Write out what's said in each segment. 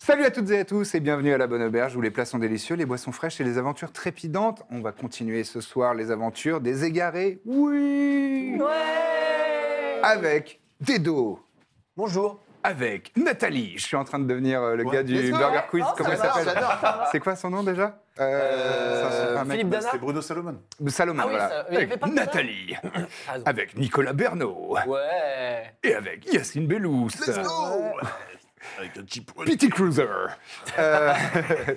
Salut à toutes et à tous et bienvenue à la Bonne Auberge où les plats sont délicieux, les boissons fraîches et les aventures trépidantes. On va continuer ce soir les aventures des égarés. Oui Avec Dedo. Bonjour. Avec Nathalie. Je suis en train de devenir euh, le Ouais. gars du Let's go. Burger Quiz. Comment il Oh, j'adore, s'appelle C'est quoi son nom déjà Euh, c'est un- un mec- Philippe Dana C'était Bruno Salomon. Salomon, Ah oui, voilà. ça- il y avait pas Avec que ça Nathalie. Pardon. Avec Nicolas Bernot. Ouais. Et avec Yacine Bellous. Avec un petit poil. Petit Cruiser. Euh,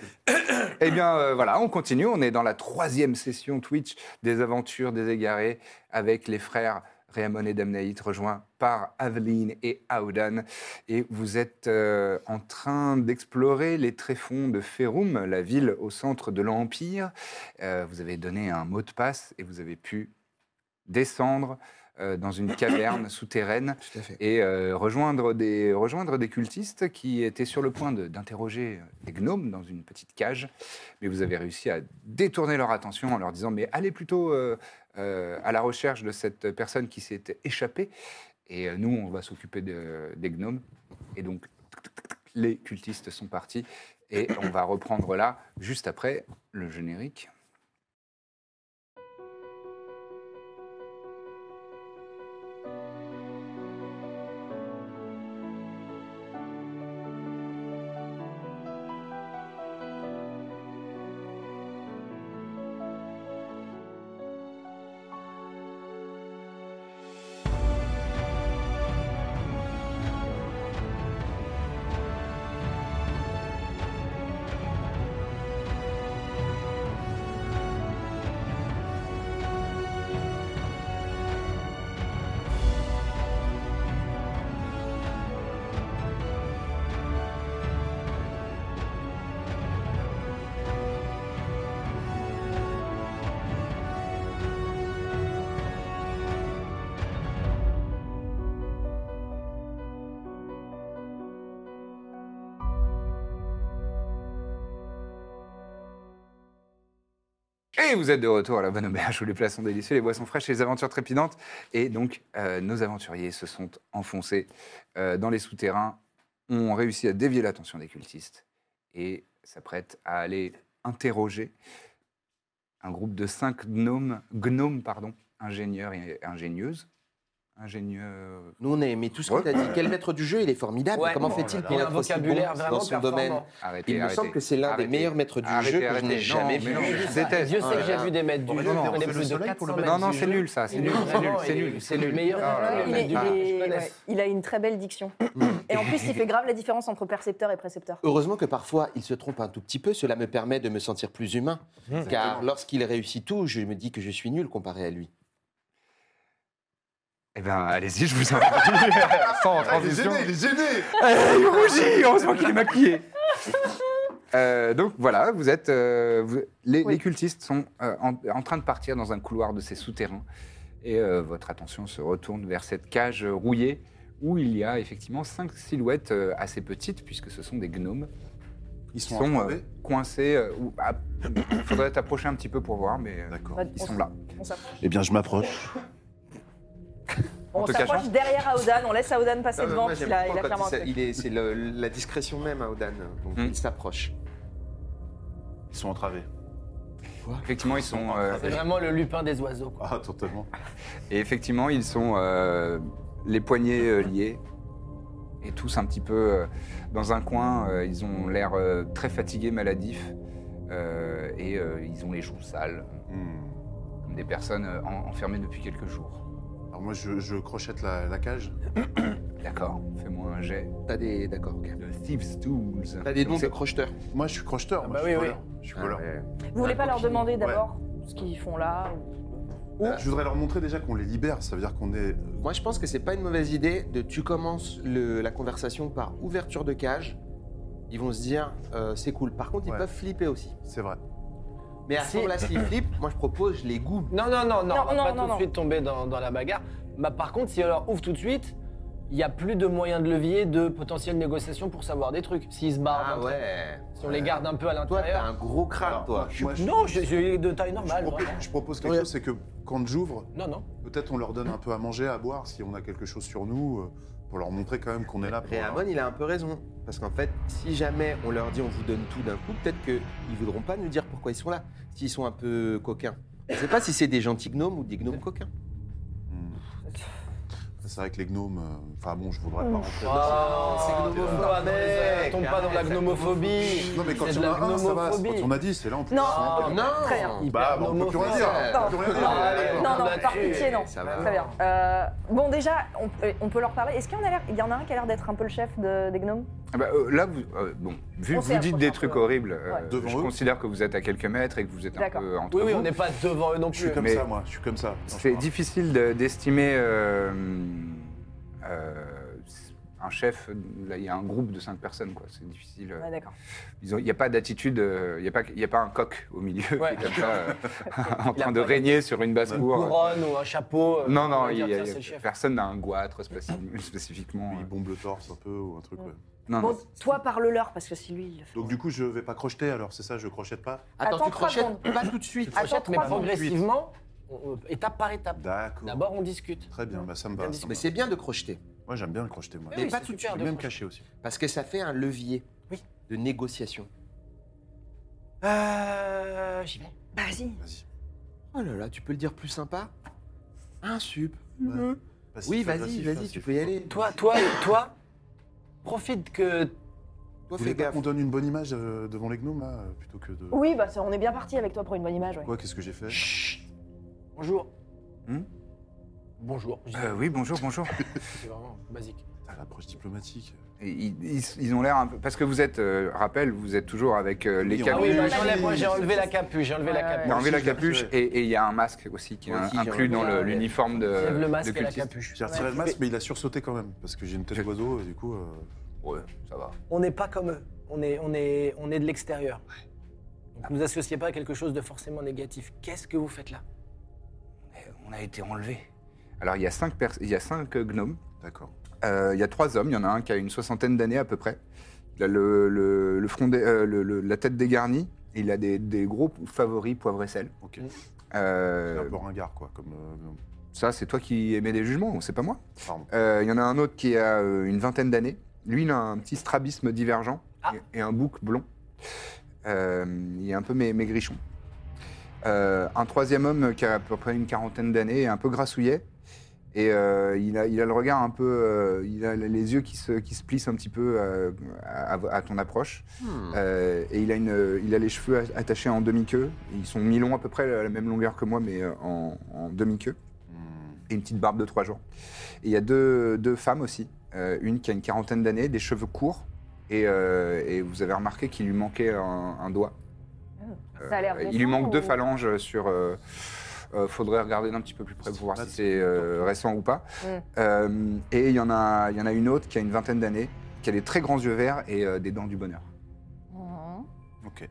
eh bien, euh, voilà, on continue. On est dans la troisième session Twitch des aventures des égarés avec les frères Réamon et Damnaït, rejoints par Aveline et Aoudan. Et vous êtes euh, en train d'explorer les tréfonds de Ferum, la ville au centre de l'Empire. Euh, vous avez donné un mot de passe et vous avez pu descendre euh, dans une caverne souterraine Tout à fait. et euh, rejoindre, des, rejoindre des cultistes qui étaient sur le point de- d'interroger euh, des gnomes dans une petite cage. Mais vous avez réussi à détourner leur attention en leur disant Mais allez plutôt euh, euh, à la recherche de cette personne qui s'est échappée. Et euh, nous, on va s'occuper de- des gnomes. Et donc, les cultistes sont partis. Et on va reprendre là, juste après le générique. Et vous êtes de retour à la bonne auberge où les plats sont délicieux, les boissons fraîches et les aventures trépidantes. Et donc, euh, nos aventuriers se sont enfoncés euh, dans les souterrains, ont réussi à dévier l'attention des cultistes et s'apprêtent à aller interroger un groupe de cinq gnomes, gnomes pardon, ingénieurs et ingénieuses. Ingénieurs. Nous, on est, mais tout ce que Ouais. tu as dit, quel maître du jeu, il est formidable. Ouais. Comment Oh là fait-il là. pour Il a un être aussi bon vocabulaire dans vraiment son domaine performant. Arrêtez, Il me arrêtez, semble que c'est l'un des arrêtez. meilleurs maîtres du Arrêtez, jeu que je arrêtez. n'ai Non, mais jamais vu. non, je déteste. Ah Dieu sait Oh que là j'ai là. vu des maîtres du Bon, jeu. non, on non, c'est connaît plus le de soleil 400 pour le maîtres Non, non, du c'est jeu. nul ça, c'est Il est nul, nul, c'est nul, vraiment, c'est il est- nul. C'est le nul. meilleur Ah, là, là. Il est- maître du jeu. il est- Je connais. ouais, il a une très belle diction. Et en plus, il fait grave la différence entre percepteur et précepteur. Ah, Heureusement que parfois il se trompe un tout petit peu, cela me permet de me sentir plus humain. Car lorsqu'il réussit tout, je me dis que je suis nul comparé à lui. Eh bien, allez-y, je vous en prie. Sans transition. Ah, Eh, il est gêné Il rougit Heureusement qu'il est maquillé Euh, donc voilà, vous êtes. euh, vous- les, Oui. les cultistes sont euh, en, en train de partir dans un couloir de ces souterrains. Et euh, votre attention se retourne vers cette cage euh, rouillée où il y a effectivement cinq silhouettes euh, assez petites, puisque ce sont des gnomes. Ils qui sont euh, coincés. euh, ou- ah, Il faudrait t'approcher un petit peu pour voir, mais euh, D'accord. ils sont là. On s'approche. Eh bien, je m'approche. En On te s'approche cachant. derrière Aodan, on laisse Aodan passer Ah, mais devant, moi, parce j'aime qu'il a, trop il a quand clairement il s'a- un truc. il est- C'est le- la discrétion même à Odan. Donc Hmm. il s'approche. Ils sont entravés. Effectivement, ils sont. euh, C'est vraiment le lupin des oiseaux. quoi. Ah, totalement. Et effectivement, ils sont euh, les poignets euh, liés et tous un petit peu euh, dans un coin. euh, ils ont l'air euh, très fatigués, maladifs euh, et euh, ils ont les joues sales, Hmm. comme des personnes euh, en- enfermées depuis quelques jours. Alors, moi, je, je crochette la, la cage. D'accord, fais-moi un jet T'as des. D'accord, ok. de Thieves Tools. T'as des dons de C'est- crocheteur. Moi, je suis crocheteur. Ah moi, bah je suis oui, oui. voleur. Je suis Ah, voleur. ouais. Vous voulez pas leur demander Ouais. d'abord ce qu'ils font là ou- Je voudrais leur montrer déjà qu'on les libère. Ça veut dire qu'on est Bah, euh, Moi, je pense que c'est pas une mauvaise idée de tu commences le- la conversation par ouverture de cage. Ils vont se dire, euh, c'est cool. Par contre, ils Ouais. peuvent flipper aussi. C'est vrai. Mais à ce Si. moment-là, s'ils flippent, moi, je propose, je les goûte. Non, non, non, non, Non, on va non, pas non, tout non. de suite tomber dans, dans la bagarre. Bah, par contre, si on leur ouvre tout de suite, il n'y a plus de moyen de levier de potentielle négociation pour savoir des trucs. S'ils se barrent, Ah d'entrée, ouais. si on les garde un peu à Toi, t'as un l'intérieur. gros crâne, Alors, toi. moi, je- Non, je, suis de taille je, normale. propo- vraiment. je propose quelque chose, c'est que quand j'ouvre, Non, non. peut-être on leur donne un peu à manger, à boire, si on a quelque chose sur nous, euh, pour leur montrer quand même qu'on est là pour. euh, leur- Réamon, il a un peu raison. Parce qu'en fait, si jamais on leur dit on vous donne tout d'un coup, peut-être qu'ils voudront pas nous dire pourquoi ils sont là, s'ils sont un peu coquins. Je sais pas si c'est des gentils gnomes ou des gnomes coquins. Hmm. C'est vrai que les gnomes. euh, Enfin bon, je voudrais pas rentrer. Oh, c'est gnomophobe, pas non, mec. les- Tombe pas dans la Arrête, gnomophobie. Non, mais quand C'est il de y en la a un, ça va. Quand gnomophobie. on a dit, c'est là, on peut. Non. on peut- Non Très bien. Bah, on peut plus rien dire. On peut plus rien dire. Ah, allez, D'accord. Non, non, là-dessus, par pitié, non. ça va. Très bien. Euh, bon, déjà, on, peut- on peut leur parler. Est-ce qu'il y en a l'air- il y en a un qui a l'air d'être un peu le chef de- des gnomes Ah bah, euh, là, vous, euh, bon, vu On que s'est vous dites approché des un peu. hein. trucs horribles, euh, Ouais. Devant je eux. considère que vous êtes à quelques mètres et que vous êtes un D'accord. peu entre Oui, oui, vous. on n'est pas devant eux non Je plus. suis comme Mais- ça, moi. Je suis comme ça. Non, je C'est parle. difficile de- d'estimer euh, euh, un chef. Là, il y a un groupe de cinq personnes, quoi. C'est difficile. euh, Ouais, d'accord. ils ont- Il n'y a pas d'attitude, euh, il n'y a, pas- il y a pas un coq au milieu qui Ouais. est comme ça, euh, en Il a train de pas- régner sur une basse-cour. couronne ou un chapeau. euh, Non, on non, va il y dire, a- tiens, il y a- c'est le chef. personne n'a un goitre spécif- spécifiquement. Il euh. bombe le torse un peu ou un truc. ouais. Non, non. Bon, toi, parle-leur, parce que si lui, il le fait. Donc du coup, je vais pas crocheter alors, c'est ça, je crochette pas Attends, Attends tu trois crochettes secondes. pas tout de suite. Attends Achète, mais trois secondes. progressivement, on- on- étape par étape. D'accord. D'abord, on discute. Très bien, bah ça me va. ça me Mais va. c'est bien de crocheter. Moi j'aime bien le crocheter moi. Eh Mais oui, pas c'est tout de super Je de vais même crocheter. cacher aussi. Parce que ça fait un levier Oui. de négociation. Euh, J'y vais. Vas-y. Vas-y. Oh là là, tu peux le dire plus sympa Un sup. Mhm. Ouais. Oui, Passif, vas-y, agressif, vas-y, passif. tu peux y aller. Toi, toi, et toi, profite que. Toi, Vous fais voulez pas gaffe. qu'on donne une bonne image euh, devant les gnomes là, euh, plutôt que de. Oui, bah, ça- on est bien parti avec toi pour une bonne image, ouais. Quoi, qu'est-ce que j'ai fait Chut. Bonjour. Hmm Bonjour. Je dis, Euh, oui, bonjour, bonjour. C'est vraiment basique. Putain, L'approche diplomatique. Et Ils, ils- ils ont l'air un peu. Parce que vous êtes, euh, rappel, vous êtes toujours avec euh, les Oui, on- Ah capuches. oui, Capuche. bah, j'enlève, moi j'ai enlevé la capuche, j'ai enlevé la Ouais, ouais. Il a enlevé capuche. la Aussi, je l'ai capuche retiré. et et il y a un masque aussi qui est Moi aussi, in- j'ai inclus dans enlevé le- la- l'uniforme de, J'enlève euh, de le masque et la cultiste. capuche. J'ai retiré le masque, mais il a sursauté quand même, parce que j'ai une Je- tête d'oiseau, et du coup. euh, Ouais, ça va. On n'est pas comme eux. On est, on est, on est de l'extérieur. Donc ne vous associez pas à quelque chose de forcément négatif. Qu'est-ce que vous faites là euh, On a été enlevé. Alors il y a cinq, pers- il y a cinq euh, gnomes. D'accord. Euh, il y a trois hommes. Il y en a un qui a une soixantaine d'années à peu près. Il a le, le- le front dé- euh, le- le- la tête dégarnie. Et il a des, des gros favoris poivre et sel. Ok. Mm. Euh, C'est un peu ringard, quoi, comme. euh, gnome. ça, c'est toi qui émets des jugements, c'est pas moi. Pardon. Euh, Il y en a un autre qui a euh, une vingtaine d'années. Lui, il a un petit strabisme divergent Ah. et, et un bouc blond. Euh, il est un peu mai- maigrichon. Euh, un troisième homme qui a à peu près une quarantaine d'années, un peu grassouillet. Et euh, il, a, il a le regard un peu. euh, il a les yeux qui se, qui se plissent un petit peu euh, à, à ton approche. Hmm. Euh, et il a, une, il a les cheveux a- attachés en demi-queue. Ils sont mi-longs à peu près, à la même longueur que moi, mais euh, en- en demi-queue Hmm. et une petite barbe de trois jours. Et il y a deux, deux femmes aussi, euh, une qui a une quarantaine d'années, des cheveux courts, et, euh, et vous avez remarqué qu'il lui manquait un, un doigt. Oh, Euh, Ça a l'air il lui récent manque deux ou- phalanges sur... euh, euh, faudrait regarder d'un petit peu plus près pour voir si c'est euh, récent ou pas. Mm. Euh, et il y, en a, il y en a une autre qui a une vingtaine d'années, qui a des très grands yeux verts et euh, des dents du bonheur. Mhm. Ok.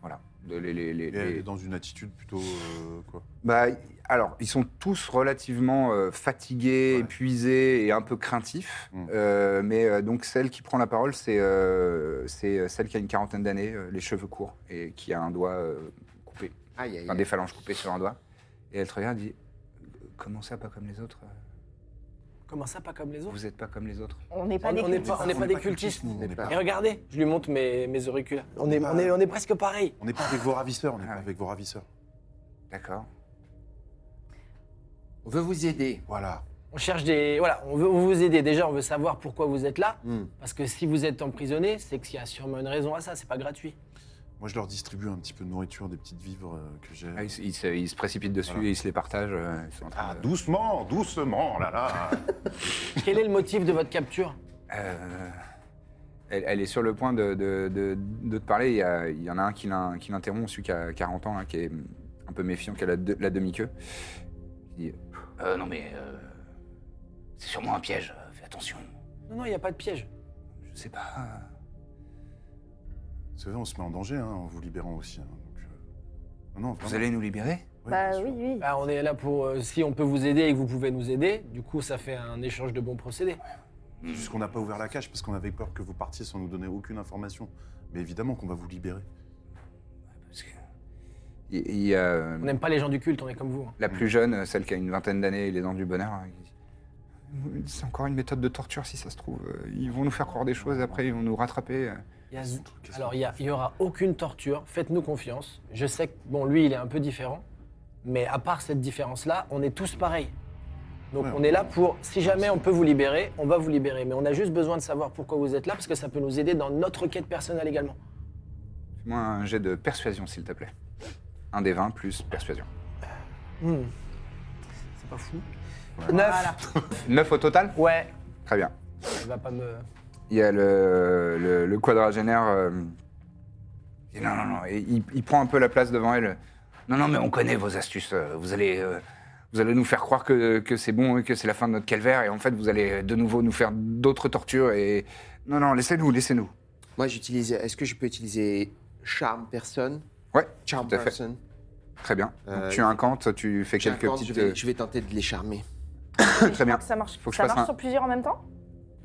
Voilà. De- les- les- les- Et elle les- est dans une attitude plutôt. euh, quoi Bah, y- alors, ils sont tous relativement euh, fatigués, Ouais. épuisés et un peu craintifs. Mm. Euh, mais euh, donc, celle qui prend la parole, c'est euh, c'est, euh, celle qui a une quarantaine d'années, euh, les cheveux courts, et qui a un doigt euh, coupé, Aïe, aïe, enfin aïe. des phalanges coupées sur un doigt. Et elle te regarde et dit Comment ça, pas comme les autres euh, Comment ça, pas comme les autres Vous n'êtes pas comme les autres On n'est On- pas des on n'est pas- cultistes. n'est des cultistes. nous, on n'est pas- Et pas. regardez, je lui montre mes, mes auriculaires. On est, on, est, on est presque pareil. On n'est pas avec vos ravisseurs, on n'est Ah pas ouais. avec vos ravisseurs. D'accord. On veut vous aider. Voilà. On cherche des. Voilà, on veut on veut vous aider. Déjà, on veut savoir pourquoi vous êtes là. Hmm. Parce que si vous êtes emprisonné, c'est qu'il y a sûrement une raison à ça. C'est pas gratuit. Moi, je leur distribue un petit peu de nourriture, des petites vivres euh, que j'ai. Ah, ils, se- ils se, ils se précipitent dessus Voilà. et ils se les partagent. euh, ils sont en train Ah, de- doucement, doucement, Oh là là Quel est le motif de votre capture Euh, elle, elle est sur le point de, de- de- de te parler. Il y, a- il y en a un qui l'in- qui l'interrompt, celui qui a 40 ans, là, qui est un peu méfiant, qui a la, de- la demi-queue. Il dit euh, Non, mais euh, C'est sûrement un piège, euh, fais attention. Non, non, il n'y a pas de piège. Je sais pas. Vous savez, on se met en danger hein, en vous libérant aussi. hein, donc, euh, Non, non, Vous vraiment, allez nous libérer oui, bah bien sûr. oui, oui. Bah, on est là pour. euh, si on peut vous aider et que vous pouvez nous aider, du coup, ça fait un échange de bons procédés. Juste qu'on n'a pas ouvert la cage parce qu'on avait peur que vous partiez sans nous donner aucune information. Mais évidemment qu'on va vous libérer. Parce que- Il il y a euh, On n'aime pas les gens du culte, on est comme vous. hein. la plus jeune, euh, celle qui a une vingtaine d'années et les dents du bonheur. hein, qui dit, euh, C'est encore une méthode de torture si ça se trouve. Euh, Ils vont nous faire croire des choses, après ils vont nous rattraper. euh. Il y a- Qu'est-ce Alors, il n'y aura aucune torture, faites-nous confiance. Je sais que, bon, lui, il est un peu différent, mais à part cette différence-là, on est tous pareils. Donc, Ouais, on est là pour, si jamais on peut vous libérer, on va vous libérer. Mais on a juste besoin de savoir pourquoi vous êtes là, parce que ça peut nous aider dans notre quête personnelle également. Fais-moi un jet de persuasion s'il te plaît. Un des 20 plus persuasion. Hmm. C'est pas fou. Neuf 9 au total Ouais. Très bien. Il va pas me. Il y a le, le, le quadragénaire. euh, Et Non, non, non. et il, il prend un peu la place devant elle. Non, non, mais on connaît vos astuces. euh, Vous allez, euh, Vous allez nous faire croire que, que c'est bon et que c'est la fin de notre calvaire, et en fait, vous allez de nouveau nous faire d'autres tortures. Et non, non, laissez-nous, laissez-nous. Moi, j'utilise. Est-ce que je peux utiliser Charm Person Ouais, Charm tout à fait. Person. Très bien. Donc, Euh, tu incantes, tu fais quelques J'invente, petites. euh, je, vais, je vais tenter de les charmer. Très bien. Ça marche, Faut que je ça fasse marche un- sur plusieurs en même temps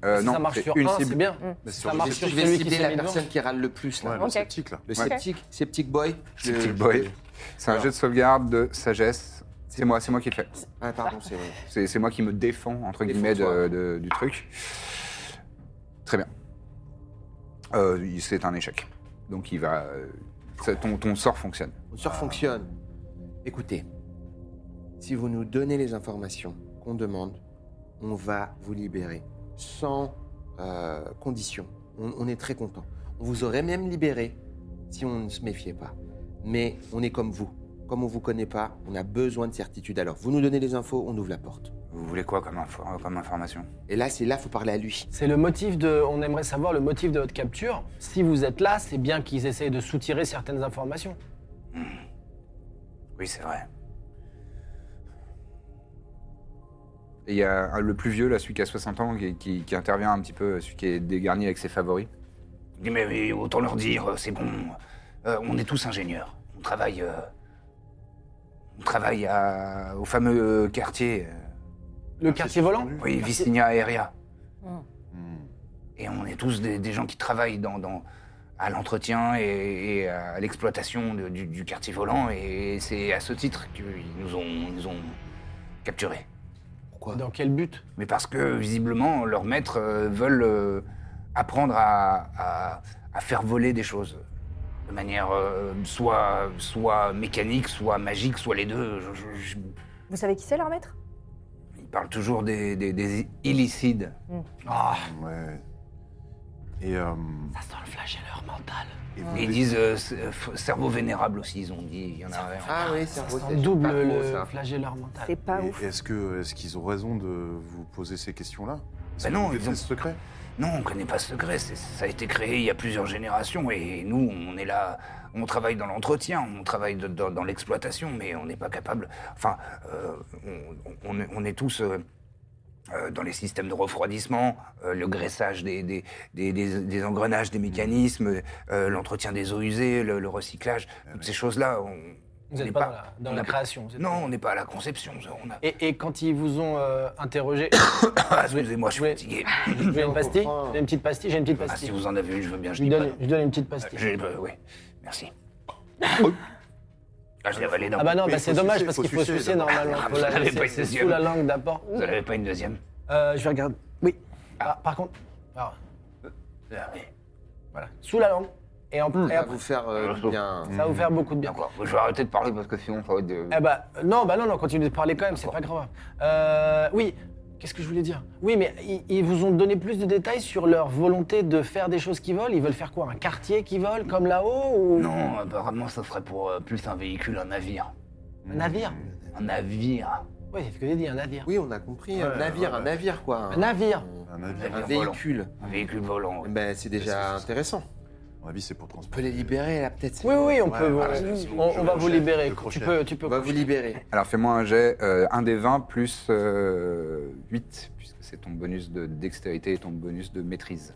Euh, si non, ça marche c'est sur une un, c'est cible. bien. Bah, Ça sur marche les- sur je vais celui qui cibler s'est la mis devant. personne qui râle le plus là. Ouais, le Ok. sceptique, là. Le Ouais. sceptique, sceptique boy. je le- Sceptic boy. C'est un Alors. jeu de sauvegarde de sagesse. C'est moi, c'est moi qui le fais. Ah pardon, c'est vrai. C'est c'est moi qui me défends, entre guillemets, de- Défends-toi. de- du truc. Très bien. Euh, il- c'est un échec. Donc il va. euh, ça- ton, ton sort fonctionne. Mon sort fonctionne. Écoutez, si vous nous donnez les informations qu'on demande, on va vous libérer sans euh, condition. On, on est très content. On vous aurait même libéré si on ne se méfiait pas. Mais on est comme vous. Comme on vous connaît pas, on a besoin de certitude. Alors, vous nous donnez les infos, on ouvre la porte. vous voulez quoi comme, info- euh, comme information Et là, c'est là, faut parler à lui. C'est le motif de. On aimerait savoir le motif de votre capture. Si vous êtes là, c'est bien qu'ils essayent de soutirer certaines informations. Oui, c'est vrai. Et il y a un- le plus vieux, là, celui qui a 60 ans, qui, qui- qui intervient un petit peu, celui qui est dégarni avec ses favoris. Il dit, Mais, mais autant leur dire, euh, c'est bon. euh, on est tous ingénieurs. On travaille. euh, on travaille à- au fameux euh, quartier. euh, Le quartier volant Oui, Vistinia Aérea. Hmm. Et on est tous des, des gens qui travaillent dans, dans- à l'entretien et, et à l'exploitation de- du, du quartier volant. Et c'est à ce titre qu'ils nous ont, ils nous ont capturés. Pourquoi Dans quel but Mais parce que, visiblement, leurs maîtres euh, veulent euh, apprendre à, à- à faire voler des choses. De manière euh, soit, soit mécanique, soit magique, soit les deux. Je- je- je- Vous savez qui c'est leur maître ils parlent toujours des, des- des illicides. Hmm. Ah, Ouais. Et, euh, Ça sent le flash à leur mental. et vous ils les- disent euh, c- euh, f- cerveau vénérable aussi, ils ont dit. Il y en a Ah oui, c'est Ça un sent c'est double pas gros, le ça. flagelleur mental. C'est pas et ouf. Est-ce que est-ce qu'ils ont raison de vous poser ces questions-là Est-ce Bah que non, vous avez ils ont- des secrets. Non, on ne connaît pas ce secret. c'est- Ça a été créé il y a plusieurs générations et nous, on est là, on travaille dans l'entretien, on travaille de- dans, dans l'exploitation, mais on n'est pas capable. Enfin, euh, on, on- on est- on est tous euh, euh, dans les systèmes de refroidissement, euh, le graissage des, des- des- des- des engrenages, des mécanismes, euh, l'entretien des eaux usées, le, le recyclage, Ah toutes ces choses-là. On, Vous on n'êtes n'est pas, dans la, dans on la n'a- création. vous êtes- Non, on n'est pas à la conception. ça, On a... Et, et quand ils vous ont euh, interrogé, Excusez-moi, je suis Oui. fatigué. vous voulez une pastille comprend. Vous voulez une petite pastille J'ai une petite Ah, si pastille. vous en avez une, je veux bien, je je, lui dis pas donne, non. je lui donne une petite pastille. J'ai- euh, oui, merci. ah, je l'ai avalé d'un Oh. Ah bah non, Mais bah il c'est faut dommage sucer, parce faut qu'il faut sucer, sucer d'abord. normalement. Faut Ah, Vous la avez laisser pas essayé. sous la langue d'abord. Vous n'en avez pas une deuxième Euh, je vais regarder. Oui. Ah, par contre, alors, Ah, oui. sous la langue. Et en Hmm. plus, Ça va vous faire euh, Mmh. bien. ça va vous faire beaucoup de bien. D'accord, je vais arrêter de parler parce que sinon ça va être... de- Eh bah, euh, non, bah non, non, continue de parler quand même, c'est pas grave. Euh, oui, qu'est-ce que je voulais dire Oui, mais ils, ils vous ont donné plus de détails sur leur volonté de faire des choses qui volent. Ils veulent faire quoi Un quartier qui vole, comme là-haut ou... Non, apparemment ça serait pour euh, plus un véhicule, un navire. Un navire Un navire Oui, c'est ce que j'ai dit, un navire. Oui, on a compris. un Ouais, navire, ouais, un ouais. navire quoi. hein. Un navire Un avis. Un Navire volant. véhicule. Un véhicule volant, oui. Ben, c'est déjà intéressant. mon avis, c'est pour transporter. peut les libérer là, peut-être. Oui, oui, on Ouais, peut. vous- voilà, on- c'est bon, on je va le vous jette, libérer. le crochet. Tu peux, tu peux. On va vous libérer. Alors fais-moi un jet, euh, un des 20 plus 8, puisque c'est ton bonus de dextérité et ton bonus de maîtrise.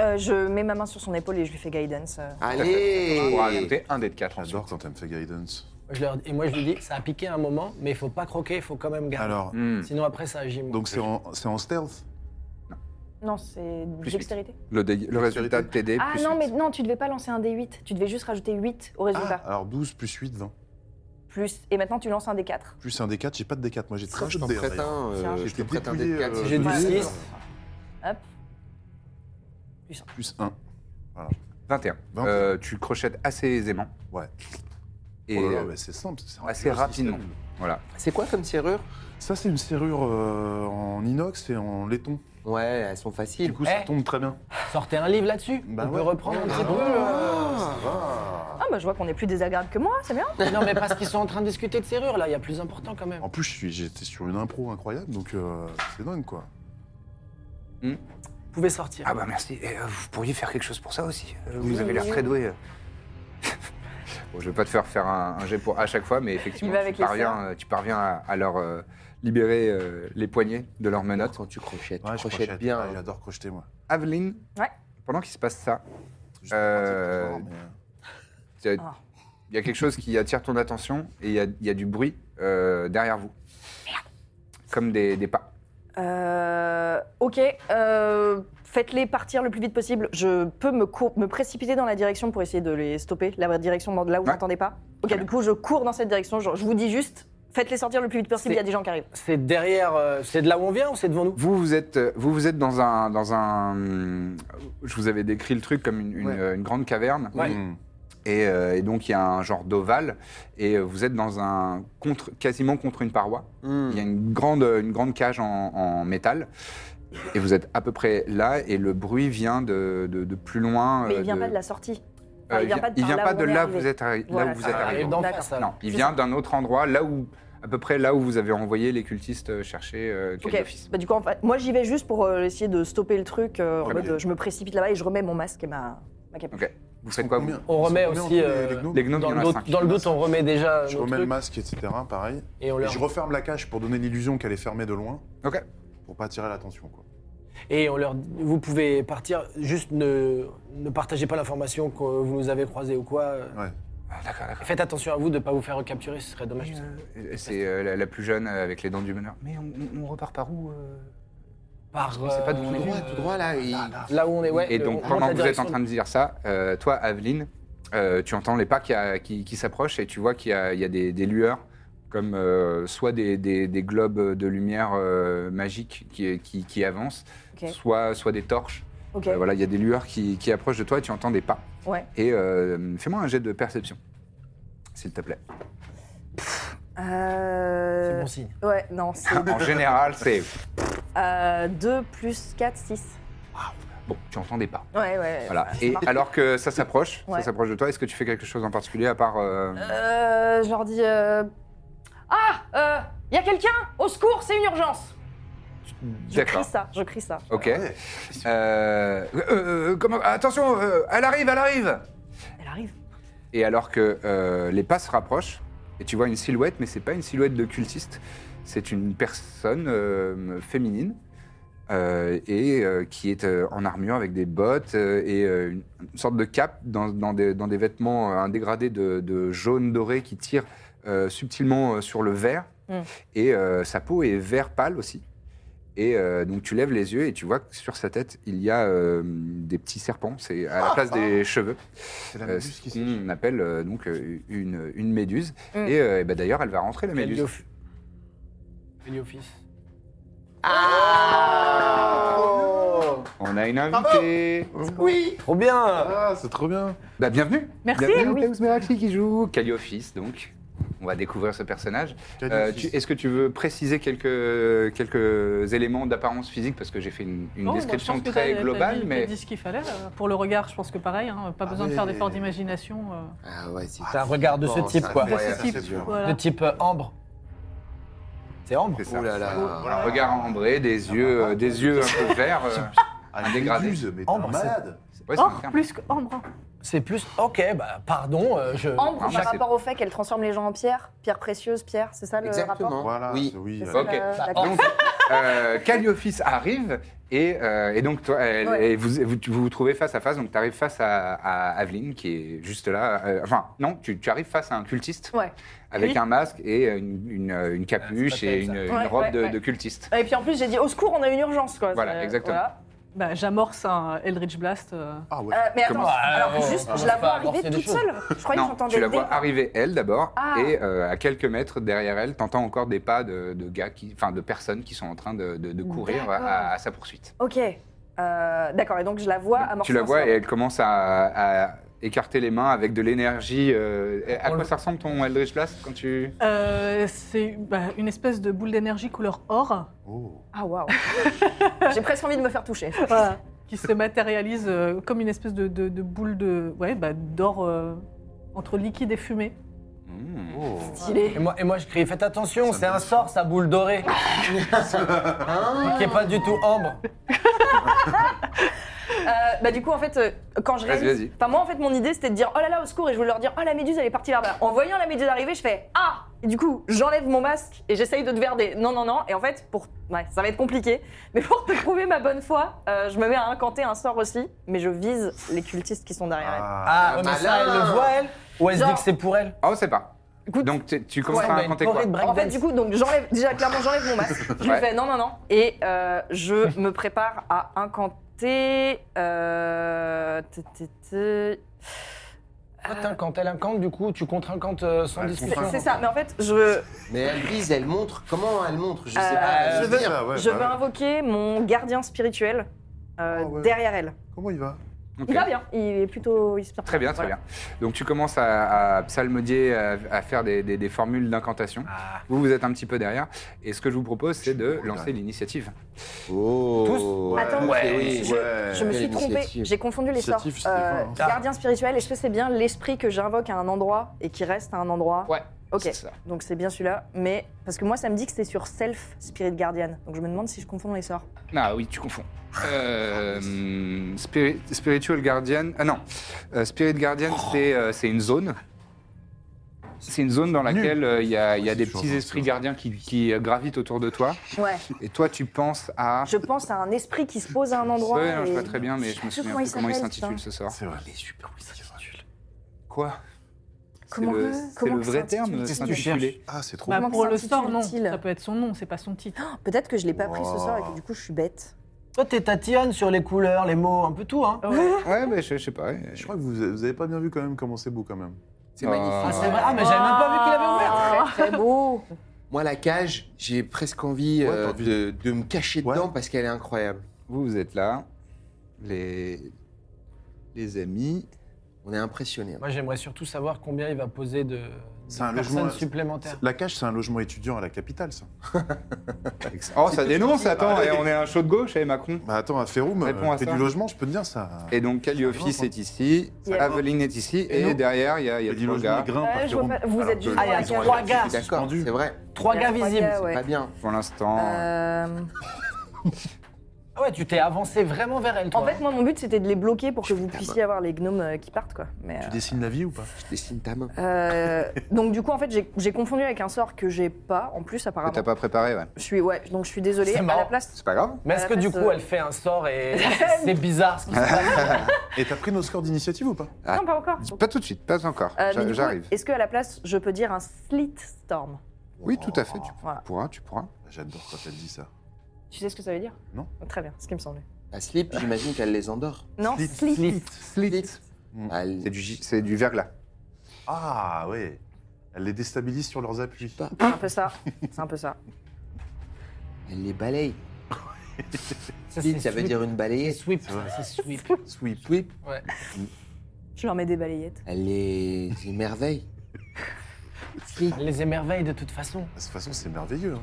Euh, je mets ma main sur son épaule et je lui fais guidance. euh. Tu Allez pourras ajouter un des 4 ensuite. J'adore quand elle me fait guidance. Je leur- Et moi, je lui dis, ça a piqué un moment, mais il faut pas croquer, il faut quand même garder. Alors, Hmm. Sinon, après, ça agit. moins. donc c'est en, c'est en stealth Non, c'est Plus dextérité. Le, dé- le résultat de TD Ah plus non, huit. mais non, tu devais pas lancer un D8. Tu devais juste rajouter 8 au ah, résultat. Alors 12 plus 8, 20. Ah. Plus. Et maintenant, tu lances un D4. Plus un D4, j'ai pas de D4, moi j'ai Ça, 13 je t'en dés, prête d'ailleurs. un. Tiens, euh, j'ai Je te été prête un dépouillé, D4. euh, Si j'ai du Ouais. 6, Plus 1. 21. Vingt. Euh, tu crochettes assez aisément. Ouais. Et oh là là, euh, mais c'est simple. c'est un assez vieux système. rapidement. Voilà. C'est quoi comme serrure Ça, c'est une serrure euh, en inox et en laiton. Ouais, elles sont faciles. Du coup, ça Eh. tombe très bien. sortez un livre là-dessus. Bah on peut ouais. reprendre un Ah petit non. peu. euh, Ah, bah, je vois qu'on est plus désagréable que moi, c'est bien. Non, mais parce qu'ils sont en train de discuter de serrure, là, il y a plus important quand même. En plus, je suis- j'étais sur une impro incroyable, donc euh, c'est dingue, quoi. Vous pouvez sortir. Ah bah merci. Et, euh, vous pourriez faire quelque chose pour ça aussi. Euh, vous avez l'air très doué. hein. Bon, je vais pas te faire faire un, un jet pour à chaque fois, mais effectivement, va tu avec les parviens, euh, tu parviens à, à leur euh, libérer euh, les poignets de leurs Alors, menottes. Quand tu crochettes, Ouais, tu je crochettes crochète. bien. hein. Ouais, J'adore crocheter, moi. Aveline, Ouais. pendant qu'il se passe ça, Juste pour Euh, pratiquer, mais, euh, il y, a- Ah. il y a quelque chose qui attire ton attention et il y a, il y a du bruit euh, derrière vous. Comme des, des pas. Euh, ok, euh, faites-les partir le plus vite possible. Je peux me, cou- me précipiter dans la direction pour essayer de les stopper, la direction dans- là où Ouais. j'entendais pas. Ok, Très du coup, je cours dans cette direction. Je, je vous dis juste, faites-les sortir le plus vite possible, C'est- il y a des gens qui arrivent. C'est derrière. euh, c'est de là où on vient ou c'est devant nous Vous, vous êtes, euh, vous, vous êtes dans un, dans un. Je vous avais décrit le truc comme une, une- Ouais. euh, une grande caverne. Ouais. hmm. Et, euh, et donc, il y a un genre d'ovale. Et euh, vous êtes dans un. Contre, quasiment contre une paroi. Hmm. Il y a une grande, une grande cage en, en métal. Et vous êtes à peu près là. Et le bruit vient de, de- de plus loin. Mais euh, il vient pas de la sortie. Euh, Enfin, il vient pas de, il par vient là pas où de on est là où arrivé. vous êtes, arri- là Voilà, où vous ça êtes arrive arrivé. d'en D'accord. face, alors. Non, il C'est vient ça. d'un autre endroit, là où, à peu près là où vous avez envoyé les cultistes euh, chercher euh, Ok, Calidophis. bah, du coup, en fait, moi j'y vais juste pour euh, essayer de stopper le truc. euh, en Très mode, bien. euh, je me précipite là-bas et je remets mon masque et ma, ma capuche. Ok. Vous faites quoi vous Combien- On remet ils sont aussi, combien en tout, euh, les gnomes Les gnomes, dans, il y le en a doute, cinq. dans le doute, on remet déjà. Je nos remets le trucs masque, etc. Pareil. et on Et leur je referme la cage pour donner l'illusion qu'elle est fermée de loin, Ok. pour pas attirer l'attention, quoi. Et on leur dit, vous pouvez partir, juste ne, ne partagez pas l'information que vous nous avez croisée ou quoi. Ouais. Ah, d'accord, d'accord. Faites attention à vous de ne pas vous faire recapturer, ce serait dommage. Euh, C'est euh, la, la plus jeune euh, avec les dents du bonheur. Mais on, on- on repart par où euh Par, sait pas d'où euh, tout Tout droit, tout droit là. il- Là où on est, ouais. Et le- on donc monte pendant la que vous êtes en direction. train de dire ça, euh, toi, Aveline, euh, tu entends les pas qui, a- qui- qui s'approchent et tu vois qu'il y a, il y a des, des lueurs, comme euh, soit des, des- des globes de lumière euh, magique qui, qui- qui avancent, Ok. soit, soit des torches. Ok. Euh, voilà, il y a des lueurs qui, qui approchent de toi et tu entends des pas. Ouais. Et euh, fais-moi un jet de perception, s'il te plaît. C'est Euh, bon signe. Ouais, non, c'est en général, c'est... euh, 2 plus 4, 6. Bon, tu entends des pas. Ouais, ouais. Voilà. ça Et marche. alors que ça s'approche, Ouais. ça s'approche de toi, est-ce que tu fais quelque chose en particulier à part... euh, Euh, je leur dis euh, Ah euh, y a quelqu'un Au secours, c'est une urgence Je crie D'accord. ça, je crie ça. Ok. Euh, euh, euh, comment- Attention, euh, elle arrive, elle arrive Elle arrive. Et alors que euh, les pas se rapprochent, et tu vois une silhouette, mais c'est pas une silhouette de cultiste, c'est une personne euh, féminine euh, et euh, qui est euh, en armure avec des bottes euh, et euh, une, une sorte de cape dans, dans des, dans des vêtements, euh, un dégradé de, de jaune doré qui tire euh, subtilement euh, sur le vert. Mm. Et euh, sa peau est vert pâle aussi. Et euh, donc tu lèves les yeux et tu vois que sur sa tête, il y a euh, des petits serpents, c'est à la place des cheveux. C'est la Euh, méduse qui ce s'est... qu'on appelle euh, donc euh, une, une méduse. Mm. Et, euh, eh ben, d'ailleurs, elle va rentrer, la méduse. Caliof- Caliophis. On a une invitée. Oui Trop bien Ah, c'est trop bien Bah, bienvenue. Merci, Bienvenue, oui. Thames Meraki qui joue Calliophis, donc. On va découvrir ce personnage. Euh, tu- Est-ce que tu veux préciser quelques, quelques éléments d'apparence physique Parce que j'ai fait une, une Non, bah, je description pense que t'as- très t'as globale, dit- t'as mais dit ce qu'il fallait. là. Pour le regard, je pense que pareil, hein, pas Ah besoin de ouais. faire d'efforts d'imagination. euh, Ah ouais, c'est T'as un regard de ce Bon, type, ça quoi. fait- de ouais, ce type. c'est sûr. voilà. De type euh, ambre. C'est ambre c'est ça. Oh, Ouh là là. Regard ambré, des yeux, euh, des yeux un peu verts. euh, Ah, une dégradé. méduse, mais t'es Oh, bah, un malade. Ouais, c'est un Or terme. plus qu'ambre. C'est plus. Ok, bah pardon, euh, je. Ambre, Ambre, par c'est- rapport au fait qu'elle transforme les gens en pierre, pierre précieuse, pierre, c'est ça le rapport Exactement. Voilà, oui. c'est- oui. C'est euh, ça, Ok. le- Bah, d'accord. Donc, euh, Calliophis arrive et, euh, et donc toi, elle- Ouais. et vous, vous vous vous trouvez face à face. Donc tu arrives face à, à Aveline qui est juste là. euh, enfin, non, tu, tu arrives face à un cultiste Ouais. avec Oui. un masque et une, euh, une- une Ah, capuche c'est pas et une, terrible, une Ouais, robe ouais, de, ouais. de cultiste. euh. Et puis en plus, j'ai dit au secours, on a une urgence quoi. Voilà, C'est- exactement. voilà. Bah, j'amorce un Eldritch Blast. euh, Ah ouais. Euh, mais attends, Comment- alors Ah, juste, on je la va vois pas amorcer arriver des toute choses. seule. Je croyais que Non, j'entendais tu la le dé. vois arriver elle d'abord Ah. et euh, à quelques mètres derrière elle, t'entends encore des pas de, de gars, qui, enfin de personnes qui sont en train de, de- de courir D'accord. à, à sa poursuite. Ok. Euh, D'accord, et donc je la vois Donc, amorcer. tu la un vois sort. et elle commence à, à écarter les mains avec de l'énergie. euh, et à On quoi le- ça ressemble ton Eldritch Blast quand tu... euh, c'est bah, une espèce de boule d'énergie couleur or Oh. Ah waouh. j'ai presque envie de me faire toucher. voilà, qui se matérialise euh, comme une espèce de, de- de boule de ouais, bah, d'or euh, entre liquide et fumée. Oh. Et moi, et moi, je crie, faites attention, Ça c'est me- un sort, sa boule dorée. Qui est pas du tout ambre. Euh, bah du coup en fait euh, quand je Vas-y, réalise, vas-y. enfin moi en fait mon idée c'était de dire oh là là au secours et je voulais leur dire oh la méduse elle est partie là-bas. En voyant la méduse arriver je fais ah et du coup j'enlève mon masque et j'essaye de te verder. Non non non et en fait pour ouais ça va être compliqué mais pour te prouver ma bonne foi euh, je me mets à incanter un sort aussi mais je vise les cultistes qui sont derrière elle. Ah, ah, mais ça, elle malin. le voit, elle Ou elle se dit Genre- que c'est pour elle Ah, on sait pas. Écoute, Donc tu, tu Ouais, commences mais à une raconter quoi corée de breakdance. en fait du coup donc j'enlève déjà clairement j'enlève mon masque je lui Ouais. fais non non non et euh, je me prépare à incanter euh, t- t- t- Toi, t'incante, elle incante, du coup, tu contre-incantes euh, sans Ouais, discussion. c'est c'est ça mais en fait je Mais elle vise, elle montre. Comment elle montre Je sais Euh, pas. elle je vise. veux- Ah ouais, je bah veux ouais. invoquer mon gardien spirituel euh, Ah ouais. derrière elle. Comment il va Ok. Il va bien, il est plutôt. Il se porte Très bien, très voilà. bien. Donc tu commences à, à psalmodier, à, à faire des, des- des formules d'incantation. Ah. Vous, vous êtes un petit peu derrière. Et ce que je vous propose, c'est de beaucoup lancer derrière. l'initiative. Oh. Tous Attends, Ouais, je, ouais. je me suis Quelle trompée, initiative. j'ai confondu les sorts. Initiative, c'était Euh, vingt, hein. gardien spirituel, est-ce que c'est bien l'esprit que j'invoque à un endroit et qui reste à un endroit Ouais. Ok, C'est ça. donc c'est bien celui-là, mais parce que moi ça me dit que c'est sur Self Spirit Guardian, donc je me demande si je confonds les sorts. Ah oui, tu confonds. Euh, hum, Spirit- spiritual Guardian. Ah non. Euh, Spirit Guardian, Oh. c'est euh, c'est une zone. C'est une zone dans laquelle euh, il y a, il y a Ouais, des c'est toujours petits dans esprits ce- gardiens qui, qui, euh, gravitent autour de toi. Ouais, Et toi, tu penses à. je pense à un esprit qui se pose à un endroit. Ouais, non, je et- vois très bien, mais je me sais souviens comment plus comment il s'appelle, s'intitule ce sort. C'est vrai. Quoi putain. C'est Comment le, c'est comment le vrai s'intitule terme Qu'est-ce que tu s'intituler. Ah, c'est trop. Bah, Comment pour que le sort, non. s'intitule-t-il Ça peut être son nom, c'est pas son titre. Oh, Peut-être que je l'ai pas pris ce Wow. sort et que du coup je suis bête. Toi, t'es tatillonne sur les couleurs, les mots, un peu tout, hein Ouais, mais je, je sais pas. euh, Je crois que vous, vous avez pas bien vu quand même comment c'est beau quand même. C'est Ah. Ah, magnifique. c'est vrai. Ah, mais j'avais même pas vu qu'il avait ouvert Ah, très, très beau. Moi, la cage, j'ai presque envie, Ouais, euh, t'as envie. de, de me cacher Ouais. dedans parce qu'elle est incroyable. Vous, vous êtes là. Les, les amis. On est impressionnés. Moi, j'aimerais surtout savoir combien il va poser de, de C'est un personnes logement- supplémentaires. La cage, c'est un logement étudiant à la capitale, ça. Oh, ça dénonce, attends, et on est un show de gauche, et Macron. Ah, Bah attends, à Ferroum, Réponds à euh, fais ça. du logement, je peux te dire ça. Ah. Et donc, Ah, Calliophis est ici, Yeah. Aveline est ici, Et et nous derrière, il y a, il y a Fais du trois logement, gars. il grimpe Ouais, à je vois Ferroum. pas- vous Alors êtes que juste les dans la gens cage. sont Trois gars. Je suis D'accord, suspendus. c'est vrai. Trois Il y a gars trois visibles. gars, c'est ouais. pas- Pas bien. Pour l'instant, Euh, Ah ouais, tu t'es avancé vraiment vers elle, toi. en fait, moi, mon but c'était de les bloquer pour que vous puissiez avoir les gnomes euh, qui partent, quoi. Mais, Tu dessines la vie ou pas Je dessine ta main. euh, euh, donc, du coup, en fait, j'ai- j'ai confondu avec un sort que j'ai pas, en plus, que apparemment. t'as pas préparé, ouais. Je suis, ouais, donc je suis désolée. C'est À marrant. la place. C'est pas grave. Mais est-ce à que la du place, coup, euh, elle fait un sort et c'est bizarre ce qui se passe Et t'as pris nos scores d'initiative ou pas Ah. Non, pas encore. Pas tout de suite, pas encore. Euh, mais J'a- du coup, J'arrive. Est-ce que à la place, je peux dire un slit storm Oui, tout à fait, tu Voilà. pourras, tu pourras. J'adore quand elle dit ça. Tu sais ce que ça veut dire Oh, Non. Très bien, ce qui me semblait. La slip, j'imagine qu'elle les endort. Non, Slit. slit. Slit. Elle- Mm. C'est du, gi- c'est du verglas. Ah ouais. Elle les déstabilise sur leurs appuis. pas. C'est un peu ça. C'est un peu ça. Elle les balaye. Ça, Slip, c'est ça veut sweep. dire une balayée. Sweep, C'est vrai. c'est sweep. Sweep, sweep. Je leur mets des balayettes. Elle les émerveille. Slip. Elle les émerveille de toute façon. De toute façon, c'est merveilleux. Hein.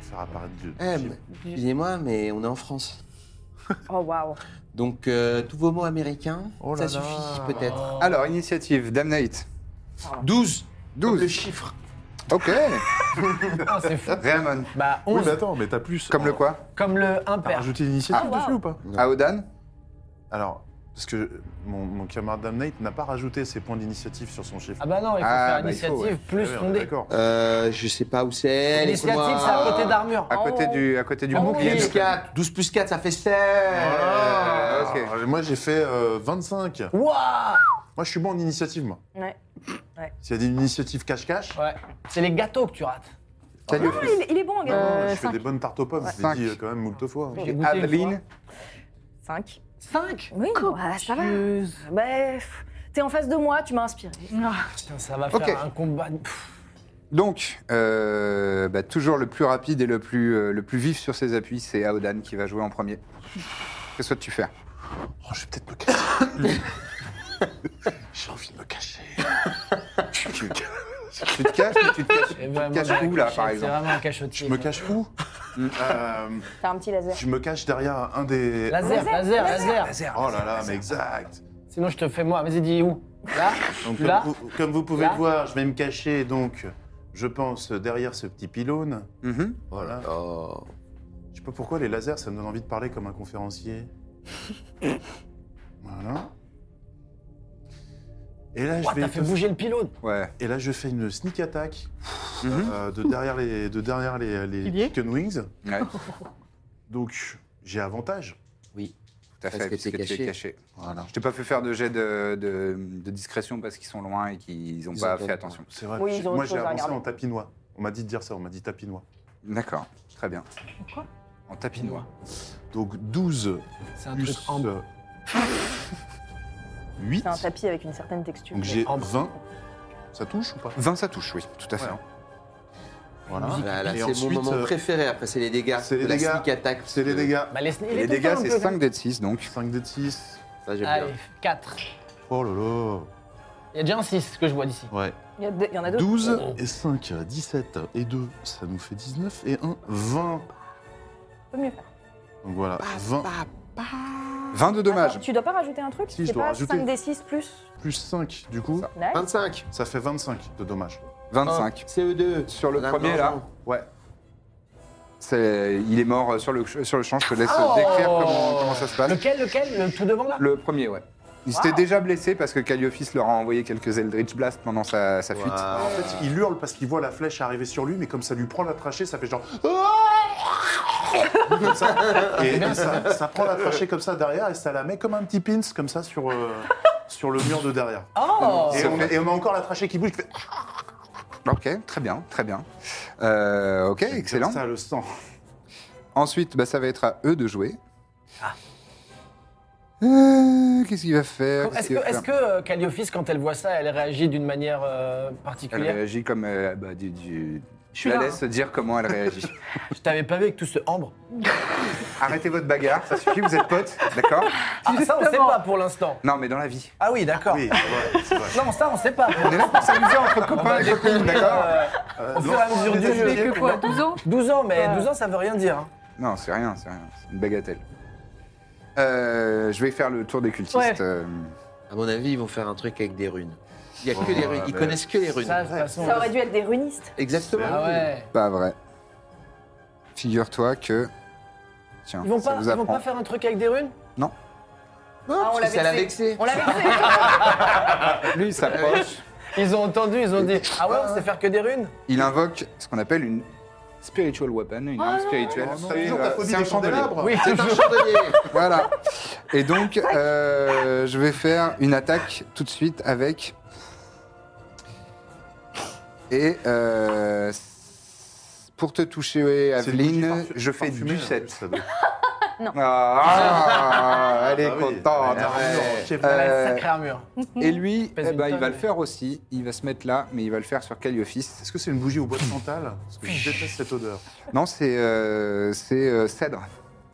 Faire apparaître Dieu. Eh, mais- Excusez-moi, mais on est en France. Oh, waouh. Donc, euh, tous vos mots américains, Oh ça là suffit là. Oh. peut-être. Ah. Alors, initiative, Damnate. 12 Le 12. chiffre. Ok. Ah, c'est fou. Raymond. Bah, Oui, 11. mais attends, mais t'as plus. Comme le quoi Comme le T'as 1 rajouté l'initiative Ah, dessus waouh. ou pas Aodan Alors, parce que mon, mon camarade Damnate n'a pas rajouté ses points d'initiative sur son chiffre. Ah bah non, il faut Ah, faire bah, il faut, initiative ouais. Ah oui, plus on est fondée. D'accord. Euh, je sais pas où c'est. L'initiative, laisse-moi- c'est à côté d'armure. À côté Oh. du, à côté du Oh, bouclier. 12 plus 4, 12 plus 4, ça fait 16 Voilà. ok. Alors, Moi, j'ai fait euh, 25. Wouah Moi, je suis bon en initiative, moi. Ouais. S'il y a des initiatives cache-cache, Ouais. C'est les gâteaux que tu rates. Salut. Ah, il, il est bon, non, gars. non, je cinq. fais des bonnes tartes aux pommes, je l'ai Cinq. dit euh, quand même moult fois. J'ai goûté une Aveline, 5. 5 Oui, bah, ça va. Curieuse. Bref, t'es en face de moi, tu m'as inspiré. Ah, Putain, ça va Ok. faire un combat. de- Pff, donc, euh, bah, toujours le plus rapide et le plus, euh, le plus vif sur ses appuis, c'est Aodan qui va jouer en premier. Que souhaites-tu faire Oh, je vais peut-être me cacher. j'ai envie de me cacher. Tu te caches mais tu te caches, j'ai tu te vraiment caches de la où, là, cachette, par C'est exemple vraiment un cachotier. Je me quoi. cache où Euh, T'as un petit laser. Je me cache derrière un des. Laser, laser, laser. Laser, Oh là laser, là, laser. mais exact. Sinon, je te fais moi. Vas-y, dis où Là Donc, Là. comme, vous, comme vous pouvez Là. le voir, je vais me cacher, donc, je pense, derrière ce petit pylône. Mhm. Voilà. Oh. Je sais pas pourquoi les lasers, ça me donne envie de parler comme un conférencier. voilà. Et là, Ouah, je T'as vais fait bouger le pilote. Ouais. et là, je fais une sneak attack Mhm. euh, de derrière les, de derrière les, les Il y est chicken wings. Ouais, Donc, j'ai avantage. tout à Parce fait, que puisque tu t'es es caché. caché. Voilà. Je t'ai pas fait faire de jet de, de- de discrétion parce qu'ils sont loin et qu'ils n'ont Ils pas ont pas- fait attention. C'est vrai. Oui, j'ai- ils ont moi, autre j'ai chose à avancé regarder. en tapinois. On m'a dit de dire ça. On m'a dit tapinois. D'accord, très bien. quoi En tapinois. Donc, 12 C'est un plus truc en. 8. C'est un tapis avec une certaine texture. Donc, j'ai Ambre. 20. Ça touche ou pas 20, ça touche, oui, tout à fait. Ouais. Voilà. Voilà, là, Et c'est ensuite, mon moment euh, préféré. Après, c'est les dégâts. c'est les de la dégâts. sneak attack. C'est les Euh, dégâts. Bah, les, Et les dégâts, c'est 5 d 6, donc. 5 d 6. Ça, j'aime Allez, bien. 4. Oh là là. Il y a déjà un 6 que je vois d'ici. Ouais. Il y, a deux- il y en a deux. 12 Oh. et 5, 17 et 2, ça nous fait 19 et 1, 20. Donc Peut mieux faire. voilà, 20 20 de dommages. Attends, tu dois pas rajouter un truc Si, je C'est dois pas rajouter. 5d6 plus. plus 5 du coup, Ça. Nice. 25. ça fait 25 de dommages. 25. CE2. Sur le On a premier, l'argent. là, ouais. C'est- Il est mort euh, sur le, sur le champ, je te laisse euh, Oh. décrire comment, comment ça se passe. Lequel, lequel Le tout devant là Le premier, ouais. Il s'était déjà blessé parce que Calliophis leur a envoyé quelques Eldritch Blast pendant sa, sa fuite. En fait, il hurle parce qu'il voit la flèche arriver sur lui, mais comme ça lui prend la trachée, ça fait genre. Comme ça. Et, et ça, ça prend la trachée comme ça derrière et ça la met comme un petit pins comme ça sur, euh, sur le mur de derrière. Oh Et on, et on a encore la trachée qui bouge. qui fait- Ok, très bien, très bien. Euh, ok, excellent. Ça le sang. Ensuite, bah, ça va être à eux de jouer. Ah. Euh, Qu'est-ce qu'il va faire Qu'est-ce Est-ce qu'il que, va est faire que Calliophis, quand elle voit ça, elle réagit d'une manière euh, Elle particulière réagit comme. euh, bah, du, du- Je suis la là, laisse dire comment elle réagit. hein. Je t'avais pas vu avec tout ce ambre. Arrêtez votre bagarre, ça suffit, vous êtes potes, d'accord Ah, ça, on sait Justement. pas pour l'instant. Non, mais dans la vie. Ah oui, d'accord. Oui, ouais, c'est vrai. Non, ça, on sait pas. On est là pour s'amuser entre copains et copines, d'accord euh, Au fur et à mesure du Mais jeu. que quoi 12 ans 12 ans, mais 12 ans, ça veut rien dire. hein. Non, c'est rien, c'est rien. C'est une bagatelle. Euh, je vais faire le tour des cultistes. Ouais. euh, À mon avis, ils vont faire un truc avec des runes. Il y a que les runes. Oh, mais- Ils Ah, connaissent que les runes. Ça, de toute façon. Ah, euh, Ça aurait dû être des runistes. Exactement. Ah ouais. pas vrai. Figure-toi que. Tiens, Ils vont, ça pas, vous ils vont apprend. pas faire un truc avec des runes Non, Ah, on parce l'a que ça l'a vexé. vexé. On Ah, l'avait fait. Lui, il s'approche. Ils ont entendu, ils ont dit Ah ouais, on sait faire que des runes il invoque ce qu'on appelle une spiritual weapon, Ah une arme spirituelle. T'as toujours euh, ta phobie c'est un des chandelier. chandélabres Oui, C'est un chandelier. Voilà. Et donc, euh, je vais faire une attaque tout de suite avec. Et euh, pour te toucher, C'est une bougie Aveline, parfum- je fais parfumée, du en 7. plus, ça doit- Ah, elle est Ah oui, contente. elle a ouais. raison. Ouais, Euh, Sacré armure. et lui, Pèse eh une ben, il tonne, va le mais- faire aussi. Il va se mettre là, mais il va le faire sur Calliophis. Est-ce que c'est une bougie au bois de santal Parce que je déteste cette odeur. Oh, Non, c'est euh, c'est, euh, Cèdre.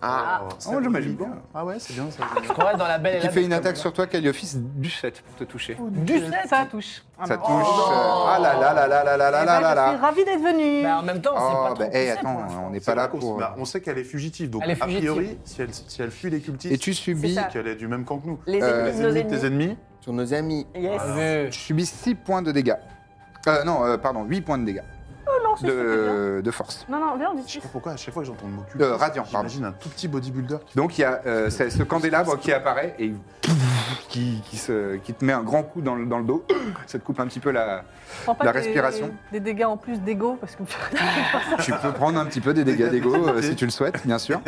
Ah, Oh, oh, j'imagine bon. bien. Ah ouais, c'est bien ça. Je crois dans la belle et Qui la fait Bête, une comme attaque ça. sur toi, Calliophis, du 7 pour te toucher. Oh, Du Ça touche. Ah, bah, Ça touche. oh. euh, Ah là là là là là là là Eh là ben, là Je suis là. ravie d'être venue. Bah, en même temps, c'est pas Oh, trop bah, qui hey, c'est, pour attends, l'instant. on n'est C'est pas là vrai qu'on- pour. euh, bah, on sait qu'elle est fugitive, donc Elle est a priori, fugitive. si elle, si elle fuit les cultistes, Et tu C'est subis, ça. qu'elle est du même camp que nous. Les Euh, ennemis Les de nos ennemis de ennemis. tes ennemis sur nos amis. Yes. Vu. tu subis 6 points de dégâts. Euh, non, euh, pardon, 8 points de dégâts. force ou il de, de force. Oh, Non, non, viens, on Je sais utilise. pas pourquoi, à chaque fois que j'entends le mot cul, De radiant, pardon. j'imagine un tout petit bodybuilder qui Donc il y a euh, c'est ce candélabre qui apparaît et qui, qui, se- qui te met un grand coup dans le, dans le dos. Ça te coupe un petit peu la. Prends pas La des- respiration. Des dégâts en plus d'ego, parce que. Tu peux prendre un petit peu des dégâts d'ego euh, si tu le souhaites, bien sûr.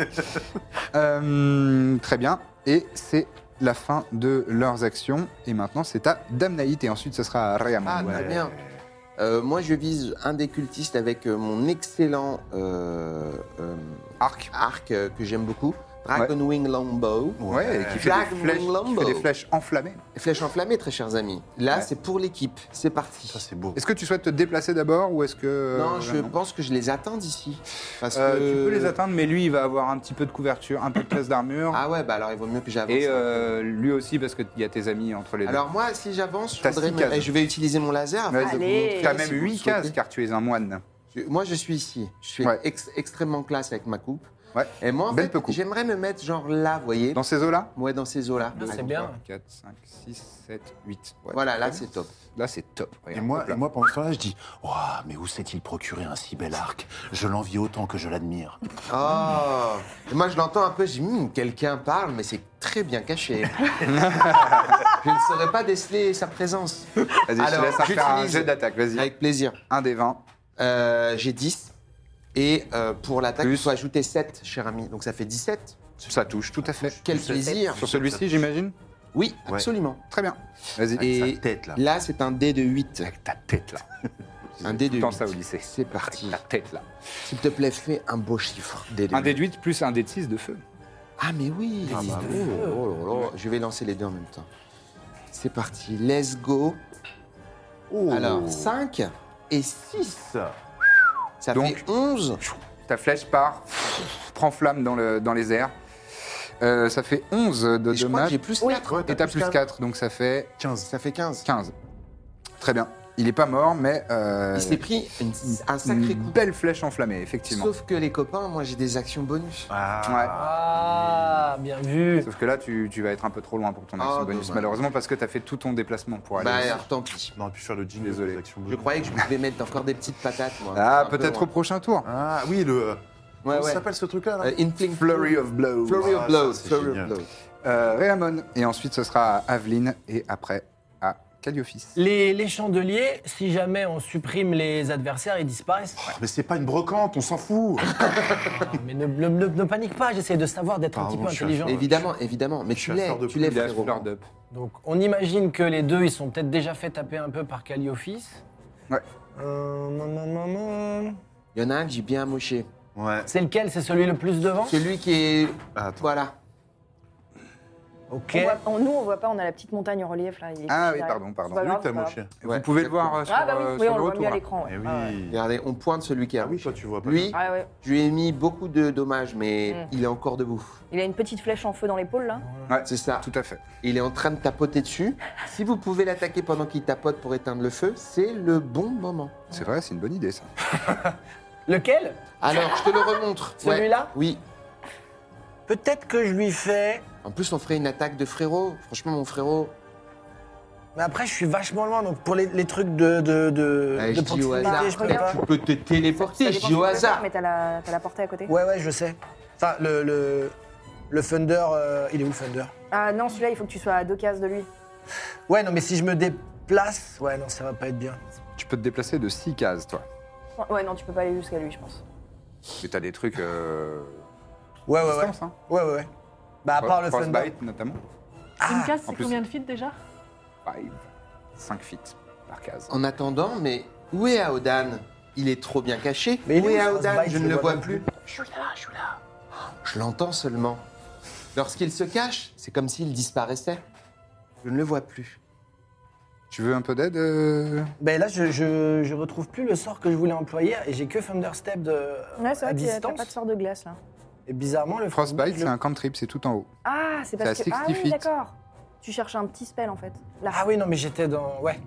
Euh, très bien. Et c'est la fin de leurs actions. Et maintenant, c'est à Damnaït. Et ensuite, ce sera à Rayamon. Ah, très bien. Euh, moi, je vise un des cultistes avec euh, mon excellent euh, euh, Arc. arc euh, que j'aime beaucoup, Dragon Wing Longbow. Ouais, et qui fait, Black des flèches, Moon qui fait des Longbow. flèches enflammées. Flèche enflammée, très chers amis. Là, Ouais. c'est pour l'équipe. C'est parti. Ça, c'est beau. Est-ce que tu souhaites te déplacer d'abord ou est-ce que. non, je Euh, pense que je les atteins d'ici. Parce Euh, que... Tu peux les atteindre, mais lui, il va avoir un petit peu de couverture, un peu de pièce d'armure. Ah ouais, bah alors il vaut mieux que j'avance. et euh, lui aussi, parce qu'il y a tes amis entre les deux. alors moi, si j'avance, je, T'as six voudrais me- cases. eh, je vais utiliser mon laser. afin de Vas-y. vous Allez. montrer tu as si même vous le 8 cases souhaitez. car tu es un moine. Je- Moi, je suis ici. Je suis Ouais. ex- extrêmement classe avec ma coupe. Ouais. Et moi, en Belle fait, peu coupe. j'aimerais me mettre genre là, vous voyez. Dans ces eaux-là Ouais, dans ces eaux-là. Deux, c'est Ah, bien. 4, 5, 6, 7, 8. Voilà, là, c'est top. Là, c'est top. Et Regarde, moi, hop et là. moi, pendant ce temps-là, je dis Waouh, mais où s'est-il procuré un si bel arc Je l'envie autant que je l'admire. Ah, Oh Et Moi, je l'entends un peu, je dis, Hum, quelqu'un parle, mais c'est très bien caché. je ne saurais pas déceler sa présence. Vas-y, je te Alors, laisse faire un j'utilise- jet d'attaque. Vas-y. Avec plaisir. Un des 20. Euh, J'ai 10. Et euh, pour l'attaque, Plus. il faut ajouter 7, cher ami. Donc ça fait 17. Ça touche, tout à fait. Quel plaisir Sur celui-ci, j'imagine Oui, Ouais. absolument. Très bien. Vas-y. Et- Avec sa tête, là. Là, c'est un dé de 8. Avec ta tête, là. Un dé de Tout le temps 8. ça au lycée. C'est parti. Avec ta tête, là. S'il te plaît, fais un beau chiffre. Dé de Un dé huit. de 8 plus un dé de 6 de feu. Ah, mais oui Ah, bah, Oh, oh là là. Je vais lancer les deux en même temps. C'est parti. Let's go. Oh. Alors, 5 et 6. Ça. Ça Donc- fait 11. Ta flèche part, prend flamme dans, le, dans les airs. Euh, ça fait 11 de Et je crois que dommages. j'ai plus 4. Ouais, Et t'as plus 4, donc ça fait 15. Ça fait 15. 15. Très bien. Il est pas mort, mais. euh, Il s'est pris une- un sacré une coup. belle flèche enflammée, effectivement. Sauf que les copains, moi j'ai des actions bonus. Ah. Ah, bien vu. Sauf que là, tu, tu vas être un peu trop loin pour ton action Ah, bonus, dommage. malheureusement, parce que t'as fait tout ton déplacement pour aller. bah ici. alors tant pis. On aurait pu faire le jingle Désolé. des actions Je bonus. croyais que je pouvais mettre encore des petites patates moi. ah, Un peu peut-être au loin. prochain tour. Ah, oui, le. Ouais, comment ouais. ça s'appelle ce truc-là là Euh, Infling Flurry of Blows. Flurry Ah, of Blows. ça, c'est Flurry of génial. Blows. Euh, Réamon. Et ensuite, ce sera à Aveline et après à Calliophis. Les, les chandeliers, si jamais on supprime les adversaires, ils disparaissent. Mais c'est pas une brocante, on s'en fout Ah, mais ne, ne- ne- ne panique pas, j'essaie de savoir d'être un Pardon, petit peu je suis intelligent. affreux. Évidemment, évidemment. Mais Je tu suis à l'es, fleur de tu l'es Il a frérot. fleur d'up. Donc on imagine que les deux, ils sont peut-être déjà fait taper un peu par Calliophis. Ouais. Euh, nan, nan, nan, nan. Il y en a un que j'ai bien moché. Ouais. C'est lequel C'est celui le plus devant C'est lui qui est... Ah, Voilà. Ok. On voit- on- nous, on voit pas, on a la petite montagne en relief là. il est Ah juste oui, derrière. pardon, pardon. C'est pas Lui grave, que t'as c'est pas moché. Ouais, Vous pouvez le exactement. voir euh, sur, grave. Ah bah euh, oui, oui, sur on le le voit mieux retour. à là. l'écran. ouais. Eh Ah ouais. oui. Regardez, on pointe celui qui a Ah oui, moché. toi, tu vois pas. Lui, Ah ouais. je lui ai mis beaucoup de dommages, mais Mm. il est encore debout. Il a une petite flèche en feu dans l'épaule là. C'est ça. Tout à fait. Il est en train de tapoter dessus. Si vous pouvez l'attaquer pendant qu'il tapote pour éteindre le feu, c'est le bon moment. C'est vrai, c'est une bonne idée, ça. Lequel Alors, je te le remontre. Ouais. Celui-là Oui. Peut-être que je lui fais. En plus, on ferait une attaque de frérot. Franchement, mon frérot. Mais après, je suis vachement loin, donc pour les, les trucs de, de, de, Ouais, Ah, de je dis au hasard. proximité, je peux pas. Tu peux te Ça téléporter, je dis dépend ce que au tu veux faire, hasard. Mais t'as la, t'as la portée à côté. Ouais, ouais, je sais. Enfin, le, le, le Thunder, euh, il est où le Thunder Ah non, celui-là, il faut que tu sois à deux cases de lui. Ouais, non, mais si je me déplace, ouais, non, ça va pas être bien. Tu peux te déplacer de 6 cases, toi. Ouais, non, tu peux pas aller jusqu'à lui, je pense. Mais t'as des trucs. Euh... Ouais, ouais, ouais. distance, hein. Ouais, ouais, ouais. Bah, à part le Thunder. Frostbite, notamment. Une case, Ah, en c'est plus- combien de feet déjà 5. 5 feet par case. En attendant, mais où est Aodan Il est trop bien caché. Mais il est où où, est ce Aodan Frostbite Je Je ne le le vois vois même plus. Je suis là, je suis là. Je l'entends seulement. Lorsqu'il se cache, c'est comme s'il disparaissait. Je ne le vois plus. Tu veux un peu d'aide euh, Ben là, je, je, je retrouve plus le sort que je voulais employer et j'ai que Thunder Step de, Ouais, c'est à vrai qu'il y a- t'as distance. pas de sort de glace là. Et bizarrement, le Frostbite, je c'est le- un cantrip, c'est tout en haut. Ah, c'est parce C'est à que. Ah 60 oui, feet. d'accord. Tu cherches un petit spell en fait. Là. Eh ben, Ah oui, non, mais j'étais dans. Ouais.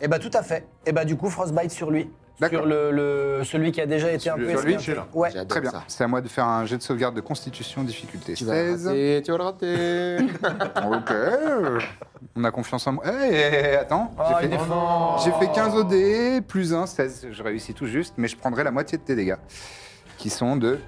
Et bah, tout à fait. Et bah, du coup, Frostbite sur lui. Sur D'accord. le, le- celui qui a déjà été un peu. Sur lui, esquinté. celui-là. Ouais. J'adore Très bien. ça. C'est à moi de faire un jet de sauvegarde de constitution, difficulté Tu vas le 16. rater, tu vas le rater. Ok. On a confiance en moi. Eh, eh, eh, attends. Oh, J'ai il est fait, fort. j'ai fait 15 OD, plus 1, 16. Je réussis tout juste, mais je prendrai la moitié de tes dégâts, qui sont de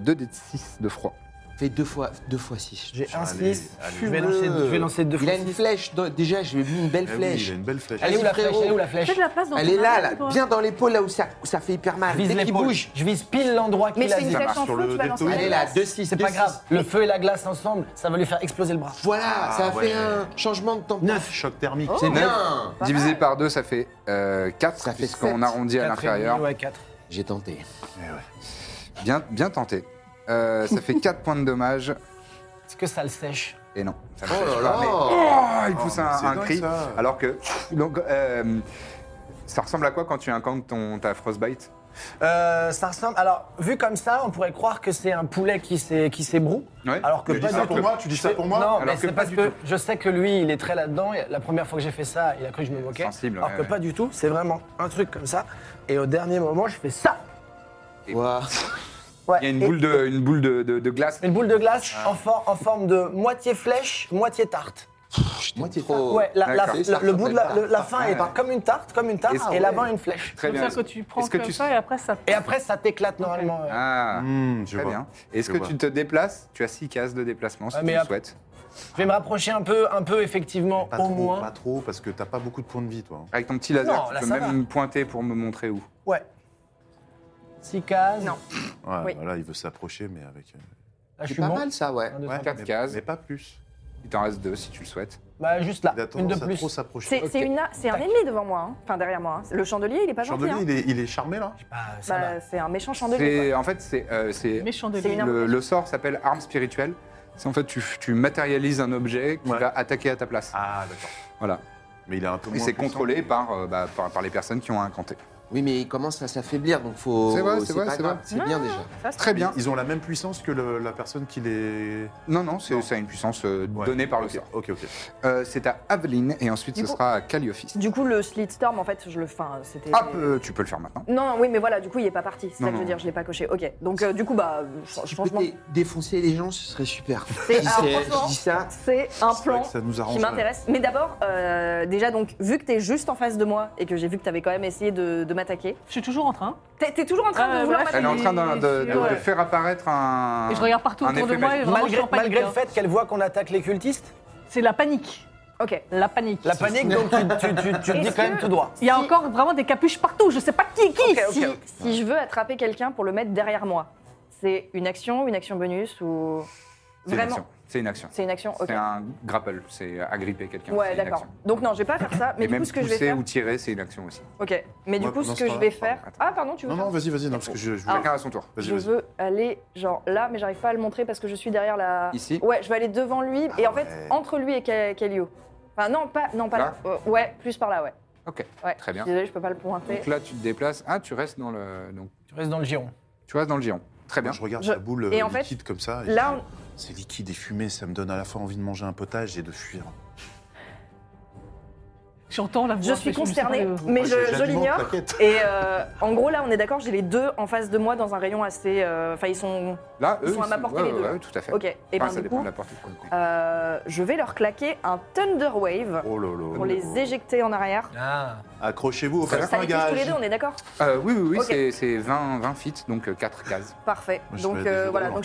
2d6 de froid. Fais deux fois, deux fois six. J'ai un Allez, 6. allez. Je vais lancer, je vais lancer deux Il fois a une six. flèche. dans- Déjà, je lui ai mis une belle Eh oui, flèche. il a une belle flèche. Elle est où la flèche frérot. Elle est où la flèche Fais de la place dans Elle ton est là, arme, là, toi. bien dans l'épaule, là où ça, où ça fait hyper Je mal. Ah, vise Dès qu'il l'épaule. bouge. Je vise pile l'endroit qui Mais la c'est une vise. flèche en sur feu, le tu balances deltoïde. la Elle est là, glace. 2-6. C'est pas grave. Le feu et la glace ensemble, ça va lui faire exploser le bras. Voilà, ça a Ah, ouais. fait un changement de temps. Choc thermique. C'est Neuf. Oh, bien. Pas Divisé mal. par 2, ça fait 4, Ça fait puisqu'on sept. arrondit à Quatre et l'intérieur. demi, Ouais, 4. J'ai tenté. Eh Bien, bien tenté. Euh, ça fait 4 points de dommage. Est-ce que ça le sèche Et non, ça ne Oh sèche là pas, là. mais- Oh, il Oh, pousse mais un, c'est un dingue, cri. ça. Alors que. Donc, euh, ça ressemble à quoi quand tu incantes ton, ta frostbite Euh, ça ressemble. Alors, vu comme ça, on pourrait croire que c'est un poulet qui s'est qui s'ébroue. Ouais. Alors que Tu pas dis du ça tout. pour moi, tu dis ça pour moi. Non, Alors mais que c'est pas parce du que tout. je sais que lui, il est très là-dedans. et La première fois que j'ai fait ça, il a cru que je me moquais. Sensible, alors ouais, que ouais. pas du tout. C'est vraiment un truc comme ça. Et au dernier moment, je fais ça. Ouah. Ouais. Il y a une Et- boule de, une boule de, de- de glace. Une boule de glace Ah. en, for- en forme de moitié flèche, moitié tarte. J'étais trop. Ouais, la, la- D'accord. la- C'est ça, le ça bout s'appelle de la, tarte. le- la fin Ah, est ouais. comme une tarte, comme une tarte, Est-ce- et l'avant une flèche. Très Comme bien. ça, quand tu prends Est-ce que comme tu- ça, et après, ça... Et après, ça t'éclate normalement. ouais. Ah, Hum, je très vois. bien. Est-ce Je que vois. tu te déplaces Tu as 6 cases de déplacement si Ah, tu mais le ap- souhaites. Je vais me rapprocher un peu, un peu effectivement, Pas au trop, moins. pas trop, parce que t'as pas beaucoup de points de vie, toi. hein. Avec ton petit laser, Non, tu là, peux ça même pointer pour me montrer où. Ouais. 6 cases. Non. Ouais, Oui. voilà, il veut s'approcher, mais avec. euh, Là, Ah, je C'est suis pas bon. mal ça, ouais. Un, deux, ouais, trois, quatre mais- cases. Mais pas plus. Il t'en reste 2 si tu le souhaites. Bah juste là, Il a une de tendance à plus. trop s'approcher. C'est c'est une a- c'est un ennemi devant moi, hein. enfin derrière moi. hein. Le chandelier, il est pas gentil. Chandelier, hein. il est, il est charmé, là Bah, ça va. Bah, c'est un méchant chandelier. C'est- En fait, c'est euh, c'est- Méchant de C'est une lui. arme. le, le sort s'appelle arme spirituelle. C'est en fait, tu, tu matérialises un objet qui Ouais. va attaquer à ta place. Ah, d'accord. Voilà. Mais il est un peu Et moins. c'est puissant. contrôlé par, euh, bah, par, par les personnes qui ont incanté. Oui, mais il commence à s'affaiblir, donc faut. C'est vrai, c'est vrai, pas c'est grave, vrai. C'est bien déjà. quoi. Ça, c'est- Très bien. Ils ont la même puissance que le- la personne qui les. Non, non, c'est Non. ça a une puissance euh, Ouais. donnée par le Ok, sort. Ok, ok. Euh, c'est à Aveline et ensuite Du ce coup- sera à Calliophis. Du coup, le Slit Storm, en fait, je le. Enfin, c'était. Ah, euh, tu peux le faire maintenant. Non, oui, mais voilà, du coup, il est pas parti. C'est ça Non, que je veux non. dire, je l'ai pas coché. Ok, donc euh, du coup, bah, fr- Si tu peux franchement, dé- défoncer les gens, ce serait super. C'est- Je dis alors, c'est- franchement- je dis ça. c'est un C'est vrai plan que ça nous arrange. qui ouais. m'intéresse. Mais d'abord, euh, déjà, donc, vu que t'es juste en face de moi et que j'ai vu que t'avais quand même essayé de, de m'attaquer, Je suis toujours en train. t'es t'es toujours en Ah, train de vouloir voilà, Elle est m'attaquer. en train d'un- de, de- Ouais. de faire apparaître un. Et je regarde partout un autour de effet moi et magique. vraiment, je suis Malgré, en panique, malgré le hein. fait qu'elle voit qu'on attaque les cultistes, C'est la panique. Ok. La panique. la panique, donc tu, tu, tu, tu te dis Est-ce quand même que- tout droit. Il y a Si- encore vraiment des capuches partout, je sais pas qui est qui Ok, ok. ici. Si je veux attraper quelqu'un pour le mettre derrière moi, c'est une action, une action bonus ou. C'est une Vraiment action. C'est une action. C'est une action, ok. C'est un grapple, c'est agripper quelqu'un. c'est Ouais, une d'accord. action. Donc, non, je vais pas faire ça, mais Et du même coup, ce que je vais pousser faire. ou tirer, c'est une action aussi. Ok, mais du Moi, coup, ce pendant ce que je temps-là- vais faire. Attends. Ah, pardon, tu veux Non, faire non, vas-y, vas-y, non, parce que je. je voulais- Chacun à son tour. Vas-y, Ah. Je vas-y. veux aller genre là, mais j'arrive pas à le montrer parce que je suis derrière la. Ici Ouais, je vais aller devant lui et en fait Ah ouais. entre lui et Ke- Kelio. Enfin non, pas non pas Là là. Euh, ouais, plus par là, ouais. Ok. Ouais. Très bien. Je suis désolée, je peux pas le pointer. Donc là, tu te déplaces. Ah, tu restes dans le. Donc, Tu restes dans le giron. tu restes dans le giron. Très bien. Je regarde Je- la boule euh, et en fait, liquide comme ça. et là, je- oh, C'est liquide et fumé, ça me donne à la fois envie de manger un potage et de fuir. J'entends la voix. Ah, Je suis mais sais consternée, pas, euh, mais Moi, je, je j'alimente l'ignore. la quête. Et euh, en gros là, on est d'accord, j'ai les deux en face de moi dans un rayon assez. euh, Enfin ils sont. Là, Ils eux. sont à ma portée, ouais, les deux, ouais, là. tout à fait. Ok. Et Enfin, ben ça du dépend coup, de la portée. euh, je vais leur claquer un Thunder Wave Oh là là. pour les éjecter en arrière. Ah. Accrochez-vous au Ça Ça festin, les touche tous les gage. deux, on est d'accord Euh, oui, oui, oui, Ok. c'est- c'est 20, 20 feet, donc 4 cases. Parfait. Moi, je hein. Donc mets des euh, jeux de voilà, rôle. donc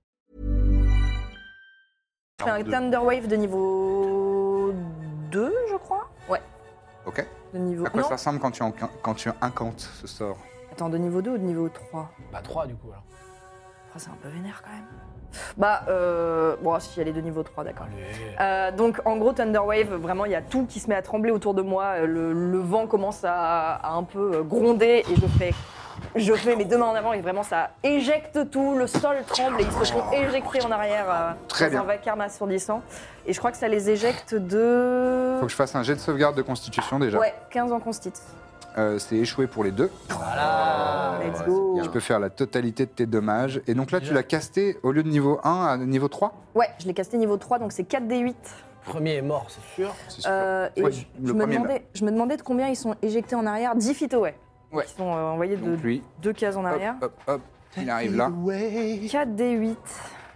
C'est un Thunder Wave de niveau 2, je crois. Ouais, Ok. de niveau. À quoi non. ça ressemble quand tu, en- quand tu incantes ce sort Attends, de niveau 2 ou de niveau 3 Bah 3 du coup alors. Oh, C'est un peu vénère quand même. Bah, euh, bon, si elle est de niveau 3, d'accord. Euh, donc, en gros, Thunderwave, vraiment, il y a tout qui se met à trembler autour de moi. Euh, Le, le vent commence à, à un peu euh, gronder et je fais, je fais mes deux mains en avant et vraiment, ça éjecte tout. Le sol tremble et ils se font éjecter en arrière euh, Très dans bien. un vacarme assourdissant. Et je crois que ça les éjecte de. Faut que je fasse un jet de sauvegarde de constitution déjà. Ouais, 15 ans constite. Euh, c'est échoué pour les deux. Ah, Let's go. Tu peux faire la totalité de tes dommages. Et donc là, tu l'as casté au lieu de niveau 1 à niveau 3 Ouais, je l'ai casté niveau 3, donc c'est 4d8. Premier est mort, c'est sûr. C'est sûr. Euh, et Ouais, je, le je me premier demandais, je me demandais de combien ils sont éjectés en arrière. 10 feet away. Ouais. Ils sont euh, envoyés de Donc lui, deux cases en hop, arrière. hop, hop, il arrive là. 4d8.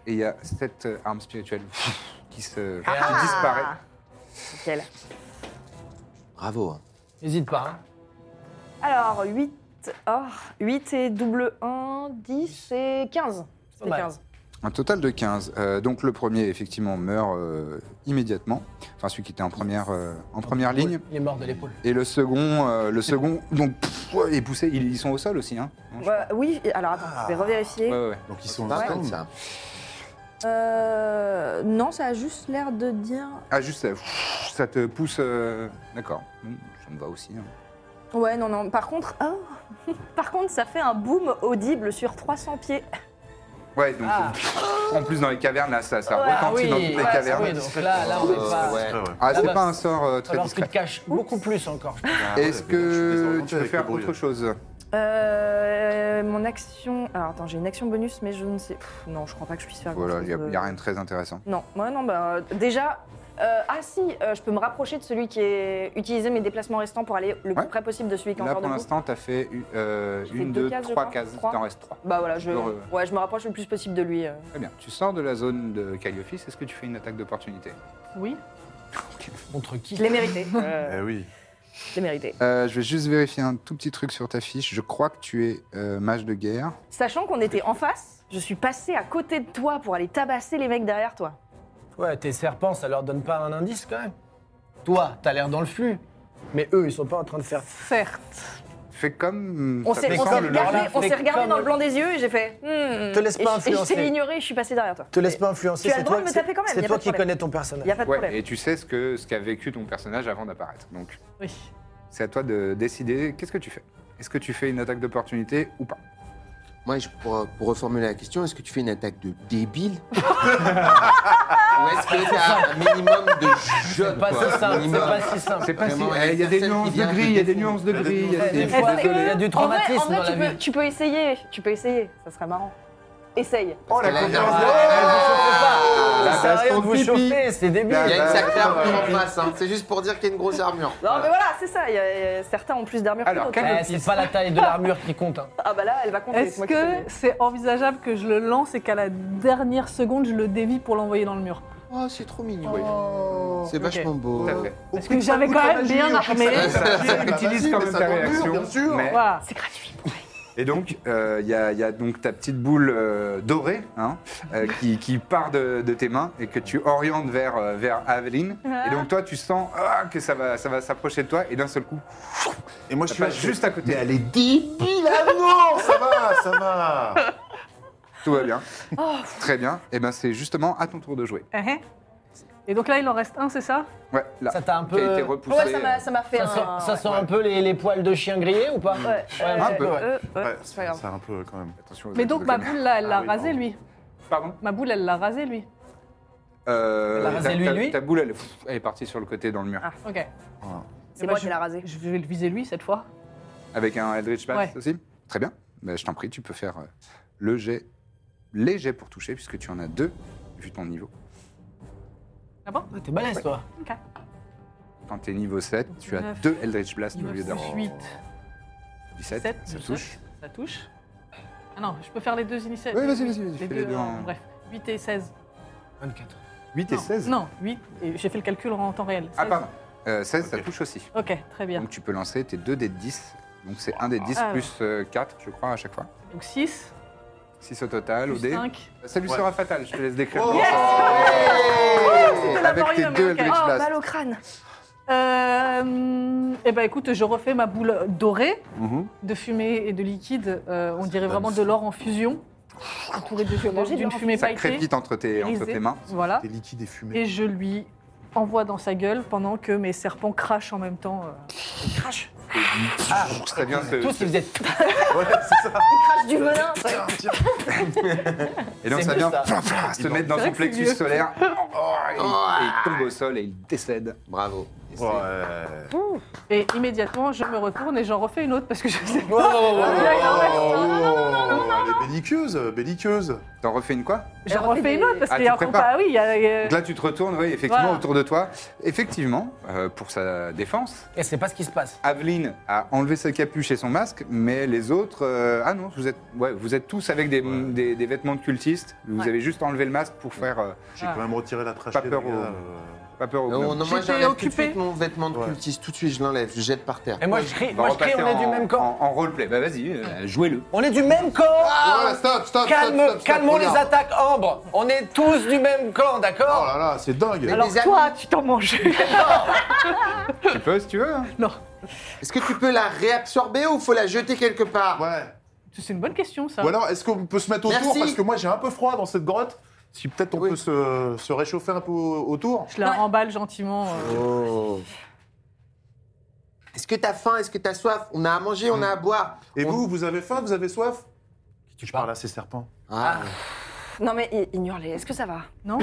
Et il y a cette euh, arme spirituelle qui, se, qui disparaît. Ah Nickel. Bravo. hein. N'hésite pas. hein. Alors, 8, oh, 8 et double 1, 10 et 15. C'est mal. 15. Un total de 15. Euh, donc le premier, effectivement, meurt euh, immédiatement. Enfin, celui qui était en première, euh, en première ligne. Il est mort de l'épaule. Et le second, euh, le second donc, pff, ouais, est poussé. Ils, ils sont au sol aussi. Hein. Ouais, oui, et- alors attends, je vais revérifier. Ah. Ouais, ouais, ouais. Donc ils sont Pas en mal, stand. ça. Euh, non, ça a juste l'air de dire. Ah, juste, ça, pff, ça te pousse. euh, D'accord. Hum, Ça me va aussi. hein. Ouais, non, non. Par contre, Ah. oh. par contre, ça fait un boom audible sur 300 pieds. Ouais, donc Ah. pff, en plus dans les cavernes, là, ça, ça Ouais, Ah retentit oui, dans toutes les ouais, cavernes. oui, donc là, là on est pas. ouais. Ah, c'est Là-bas. pas un sort euh, très Alors que discret. tu caches beaucoup plus encore. je pense. Est-ce que tu peux faire autre chose Euh, mon action. Alors attends, j'ai une action bonus, mais je ne sais. Pff, non, je crois pas que Ah, je puisse faire. Voilà, il grand-chose n'y a, de- y a rien de très intéressant. Non, moi non, bah, euh, déjà. euh, ah si, euh, je peux me rapprocher de celui qui est utiliser mes déplacements restants pour aller le Ouais. plus près possible de celui qui est Là, encore pour debout. l'instant, t'as fait euh, J'ai fait une, deux deux, cases, je trois crois. cases. Il Trois. t'en reste trois. Bah voilà, je, Heureux. ouais, je me rapproche le plus possible de lui. euh. Très bien. Tu sors de la zone de Calliophis. Est-ce que tu fais une attaque d'opportunité Oui. Contre qui Je l'ai mérité. euh, Eh oui. je l'ai mérité. Euh, Je vais juste vérifier un tout petit truc sur ta fiche. Je crois que tu es euh, mage de guerre. Sachant qu'on était en face, je suis passée à côté de toi pour aller tabasser les mecs derrière toi. Ouais, tes serpents, ça leur donne pas un indice quand même. Toi, t'as l'air dans le flux. Mais eux, ils sont pas en train de faire. Certes. Fais comme. On ça s'est fait on comme s'est le- regardé, leur- on s'est mais regardé comme- dans le blanc des yeux et j'ai fait. hmm. Te laisse pas Et je- influencer. Et je t'ai ignoré, je suis passée derrière toi. Te laisse pas influencer. Tu as c'est le droit toi- de me taper quand même, y C'est a toi pas de qui problème. connais ton Il y personnage. a pas de Ouais, problème. et tu sais ce que ce qu'a vécu ton personnage avant d'apparaître. Donc, Oui. c'est à toi de décider qu'est-ce que tu fais. Est-ce que tu fais une attaque d'opportunité ou pas Moi, je- pour, pour reformuler la question, est-ce que tu fais une attaque de débile Ou est-ce que t'as un minimum de jeu C'est pas quoi, si simple. C'est minimum pas si simple. C'est pas si. Vraiment, Eh, Il y a des personne qui nuances de vient gris, te il y a des défendre. nuances de Il y a des gris. il y a nuances. des- Des fois, Est-ce que- il y a du En vrai- traumatisme en vrai, dans la tu peux, vie. tu peux essayer, tu peux essayer, ça serait marrant. Essaye. Oh la Parce que là, confiance Ah, La Ça sert à rien baston de vous pipi. chauffer, c'est débile. Il y a une sacrée Ah, armure en face, hein. c'est juste pour dire qu'il y a une grosse armure. Non mais voilà, c'est ça, il y a- il y a- certains ont plus d'armure que Alors, d'autres. quel- Eh, C'est pas la taille de l'armure qui compte. hein. Ah bah là, elle va compter. c'est Est-ce moi qui te le que dis. c'est envisageable que je le lance et qu'à la dernière seconde, je le dévie pour l'envoyer dans le mur Oh, c'est trop mignon. Oui. C'est vachement beau. Tout à fait. Parce que j'avais quand même bien armé. Utilise quand même ta réaction. mais- Voilà. Et donc, euh, il y, a- il y a donc ta petite boule euh, dorée hein, euh, qui, qui part de, de tes mains et que tu orientes vers, euh, vers Aveline. Et donc, toi, tu sens ah, que ça va, ça va s'approcher de toi et d'un seul coup, Et moi je tu suis là, vas je fais, juste à côté. Mais elle est débile, ah non, ça va, ça va. Tout va bien. Oh, Très bien. Et ben c'est justement à ton tour de jouer. Hein Et donc là, il en reste un, c'est ça Ouais, là. Ça t'a un Qui a été peu. repoussé. Ouais, ça m'a, ça m'a fait Ça un. sent, ça sent un peu les, les poils de chien grillés ou pas Ouais, un euh, petit peu, ouais. euh, ouais, Ouais, c'est pas grave. un peu euh, quand même. Attention aux Mais abus donc bah, de ma caméra. boule, là, elle l'a oui, rasé, pardon. lui. Pardon Ma boule, elle l'a rasé, lui. Euh, Elle a rasé ta- lui, ta, lui ta boule, elle, elle est partie sur le côté dans le mur. Ah. Ok. C'est bah, moi je- qui l'ai rasé. Je vais le viser, lui, cette fois. Avec un Eldritch Blast Ouais. aussi Très bien. Ben, je t'en prie, tu peux faire euh, le jet, les jets pour toucher, puisque tu en as deux, vu ton niveau. Ah, T'es balèze toi. Quand tu es niveau 7, tu as Neuf. deux Eldritch Blast au lieu 9 d'un. plus 8, 17, 7, ça plus touche. sept, Ça touche. Ah non, je peux faire les deux initiales. Oui, vas-y, vas-y, vas-y, Les fais les deux, deux euh, en- bref. 8 et 16. 24. 8 et non, 16 Non, 8, et j'ai fait le calcul en temps réel. Ah, 16. pardon. Euh, 16, ça Ok. touche aussi. Ok, très bien. Donc tu peux lancer tes deux dés de 10. Donc c'est un dé de 10 Ah. plus 4, je crois, à chaque fois. Donc 6, 6 au total, au plus dé. 5. Ça lui Ouais. sera fatal, je te laisse décrire. Oh. comment ça- Avec laborieux, tes mais deux ok. Eldritch Oh, Blast. mal au crâne. Euh, eh ben écoute, je refais Mhm. ma boule dorée de fumée et de liquide. euh, on dirait vraiment de l'or en fusion. entourée de- manger de d'une leur fumée Ça pailletée, crépite entre tes, entre irisée. tes mains. Voilà. Des liquides et fumées. Et je lui envoie dans sa gueule pendant que mes serpents crachent en même temps. euh. Ah, très bien. ce- Tous, ils faisaient. Ouais, c'est ça. Crache du venin ça. Et donc C'est ça mieux, vient ça. flin, flin, se mettre dans C'est son vrai que c'est plexus mieux. solaire. Oh, et, et il tombe au sol et il décède. Bravo. Ouais. Et immédiatement, je me retourne et j'en refais une autre parce que je sais Wow, wow, Oh, Oh, wow, wow. Elle est belliqueuse, belliqueuse. T'en refais une quoi J'en refais une autre parce Ah, qu'il y a tu encore prépares. pas. Oui, il y a. euh, Donc là, tu te retournes, oui, effectivement, Voilà. autour de toi. Effectivement, euh, pour sa défense, Et c'est pas ce qui se passe. Aveline a enlevé sa capuche et son masque, mais les autres, euh, ah non, vous êtes, ouais, vous êtes tous avec des, des- des vêtements de cultistes. Vous avez juste enlevé le masque pour faire euh, J'ai Ah. quand même retiré la trash. Pas des peur gars, au- euh, pas peur au Non, gnomes. non, moi J'étais j'enlève tout de occupée. suite mon vêtement de Ouais. cultiste, tout de suite je l'enlève, je le jette par terre. Et moi, je crie, On va moi, je crie, on repasser est du en- même camp. En, en roleplay, bah vas-y, euh, jouez-le. On est du même camp Ah, Voilà, stop, stop, Calme, stop, stop, stop, calmons les regarde. attaques Ambre On est tous du même camp, Oh d'accord là là, c'est dingue. Mais Alors des amis, toi, Ah, tu t'en manges. Tu peux si tu veux. hein. non, Est-ce que tu peux la réabsorber ou faut la jeter quelque part Ouais. c'est une bonne question ça. Ou alors, est-ce qu'on peut se mettre autour Merci. Parce que moi, j'ai un peu froid dans cette grotte. Si peut-être on Oui. peut se, se réchauffer un peu au- autour. Je la remballe gentiment. euh. Oh. Est-ce que t'as faim Est-ce que t'as soif On a à manger, on a à boire. Mm. Et On- vous, vous avez faim Vous avez soif Tu Je parle à ces serpents. Ah. Non mais i- ignore-les, est-ce que ça va Non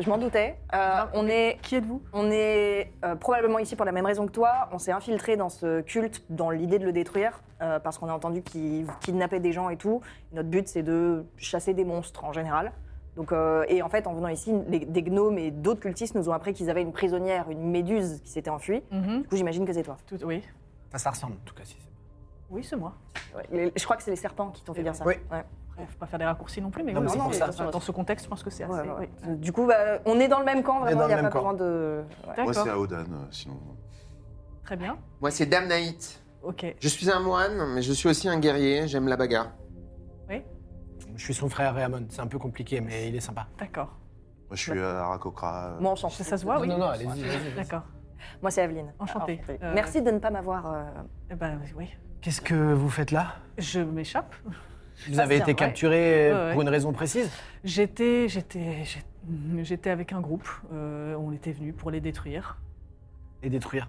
Je m'en doutais. Euh, Non. on est, Qui êtes-vous on est euh, probablement ici pour la même raison que toi. On s'est infiltré dans ce culte dans l'idée de le détruire euh, parce qu'on a entendu qu'ils kidnappaient des gens et tout. Notre but c'est de chasser des monstres en général. Donc, euh, et en fait, en venant ici, les- des gnomes et d'autres cultistes nous ont appris qu'ils avaient une prisonnière, une méduse qui s'était enfuie. Mhm. Du coup, j'imagine que c'est toi. Tout- Oui, Ça, ça ressemble, en tout cas. Si c'est- oui, c'est moi. Ouais. Les- je crois que c'est les serpents qui t'ont fait dire ça. Oui. Ouais. Après, faut pas faire des raccourcis non plus, mais, Non, oui, mais c'est non, pour mais ça. dans- dans ce contexte, je pense que c'est assez. Ouais, ouais, ouais. Du coup, bah, on est dans le même camp, On est vraiment, dans il n'y a le pas même camp. besoin de. ouais. Moi, D'accord, c'est Aodan, euh, sinon. très bien. Moi c'est Damnaït. Ok. Je suis un moine, mais je suis aussi un guerrier, j'aime la bagarre. Je suis son frère Réamon, c'est un peu compliqué, mais il est sympa. D'accord. Moi, je suis Euh, Arakokra. Moi, on s'en Ça, fout. ça se voit, oui. Non, non, allez-y, vas-y, vas-y. D'accord. Moi, c'est Aveline. Enchantée. Euh, Merci de ne pas m'avoir. euh, Eh ben oui. Qu'est-ce que vous faites là Je m'échappe. Vous Ça avez se été tient, ouais. capturé Ouais, ouais. pour une raison précise J'étais, j'étais, j'ai- j'étais avec un groupe. euh, on était venus pour les détruire, et détruire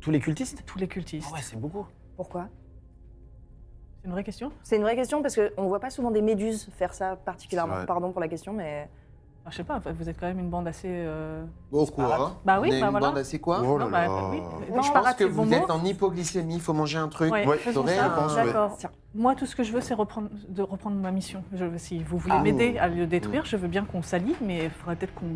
tous les cultistes tous les cultistes. Ah Ouais, c'est beaucoup. Pourquoi C'est une vraie question. C'est une vraie question parce qu'on voit pas souvent des méduses faire ça C'est particulièrement. vrai. Pardon pour la question, mais. Enfin, Ah, je sais pas. Vous êtes quand même une bande assez. euh, Pourquoi Bah oui, On est bah une voilà. bande assez quoi Oh là non, bah, là. oui. Non, Je pense Disparate, que c'est le bon vous êtes mot. en hypoglycémie, il faut manger un truc. Ouais, Ouais, faisons faudrait, ça. je pense, D'accord. Tiens. Moi, tout ce que je veux, c'est reprendre, de reprendre ma mission. Je- si vous voulez Ah. m'aider à le détruire, Mm. je veux bien qu'on s'allie, mais il faudrait peut-être qu'on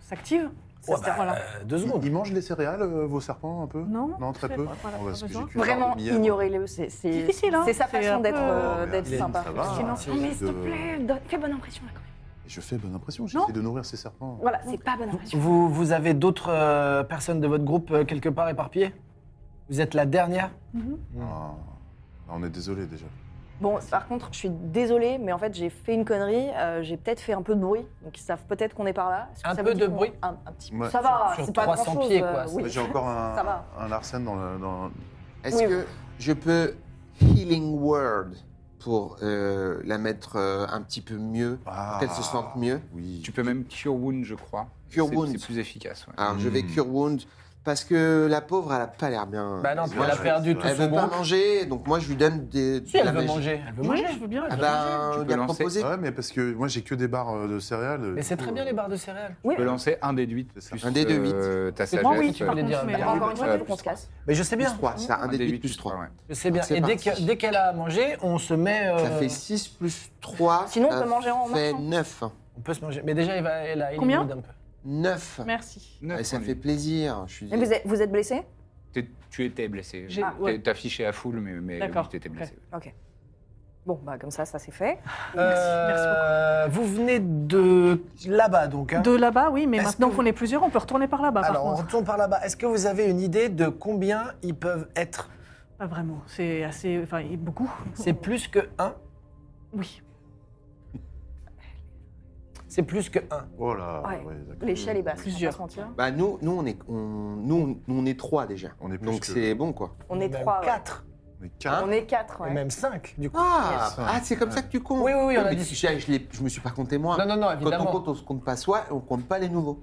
s'active. Ouais, Ça, bah, voilà. euh, deux Ils, secondes. ils mangent les céréales, euh, vos serpents, un peu Non, Non, très c'est- peu. voilà, Oh, pas parce que j'ai besoin. tué une Vraiment, barbe de miel. ignorez-le. C'est C'est c'est- difficile, hein. C'est sa C'est façon un d'être peu- euh, Oh, d'être merde. sympa. Ça va. Parce que Sinon, non, mais s'il te de- plaît, donne- fais bonne impression là quand même. Je fais bonne impression, Non. j'essaie de nourrir ces serpents. Voilà, c'est pas bonne impression. Vous, vous avez d'autres euh, personnes de votre groupe euh, quelque part éparpillées Vous êtes la dernière Mhm. Ah. Ah, on est désolé déjà. Bon, par contre, je suis désolée, mais en fait, j'ai fait une connerie. euh, j'ai peut-être fait un peu de bruit, donc ils savent peut-être qu'on est par là. Est-ce que Un ça peu vous dit de qu'on- bruit un, un petit peu. Ouais. Ça va, Sur c'est pas 300 grand-chose, pieds, euh, quoi. oui. Mais J'ai encore Ça va. un, un Larsen dans le. Dans... Est-ce Oui, que je peux healing word pour euh, la mettre euh, un petit peu mieux, Ah. pour qu'elle se sente mieux Oui. Tu peux même cure wound, je crois. Cure C'est- wound. c'est plus efficace. ouais. Alors je vais Mm. cure wound parce que la pauvre elle a pas l'air bien. Bah non, puis Ouais, elle a je- perdu elle tout elle son veut pas bon. manger, donc moi je lui donne des. Si, elle la veut magie. manger. Elle veut Oui, manger. je veux bien. Ah je- bah, Tu on peux lui a lancer. proposé. Ouais, mais parce que moi j'ai que des barres euh, de céréales. Mais du c'est coup, très bien euh, les barres de céréales. Oui, Tu peux lancer un des 8 C'est ça. plus Un dé de huit. euh, ta sagesse. Moi, oui, je par voulais dire, contre, mais- mais- Alors, encore une fois, Ouais, il faut qu'on se casse. Mais je sais bien. Plus 3, c'est un Un des des 8 8 plus 3. ouais. Je sais bien. C'est Et dès parti. que- dès qu'elle a à manger, on se met. euh, Ça fait 6 plus 3. Sinon, on peut manger en fait marchant. 9. On peut se manger. Mais déjà, elle va- elle a Combien éliminé d'un peu. 9. Merci. Neuf, ça on fait est- plaisir. Je suis... Mais vous êtes, vous êtes blessé t'es- Tu étais blessé. J'ai- Ah. ouais. T'es- T'as fiché à full, mais, mais D'accord, tu étais ok. blessé. Bon, bah comme ça, ça c'est fait. Euh, Vous venez de là-bas, donc. hein De là-bas, oui, mais Est-ce maintenant que- qu'on est plusieurs, on peut retourner par là-bas. Par Alors, on contre, retourne par là-bas. Est-ce que vous avez une idée de combien ils peuvent être pas vraiment. C'est assez, enfin, il y a beaucoup. C'est plus que 1 Oui. C'est plus que 1. Oh là, Ouais. ouais, d'accord. L'échelle est basse. Plusieurs. On va pas se mentir. Bah nous, nous on est, on, nous, on- nous, on est trois déjà. On est plus Donc que- c'est bon quoi. On est trois. ouais. 4. Mais quatre. On est quatre, ouais. Bah, hein. Et même 5, du coup. Ah, Yes. ah, c'est comme ça que tu comptes. Oui, oui, oui, on a mais dit- tu sais, je, l'ai- je me suis pas compté moi. Non, non, non, Quand on évidemment. compte, on se compte pas soi, et on compte pas les nouveaux.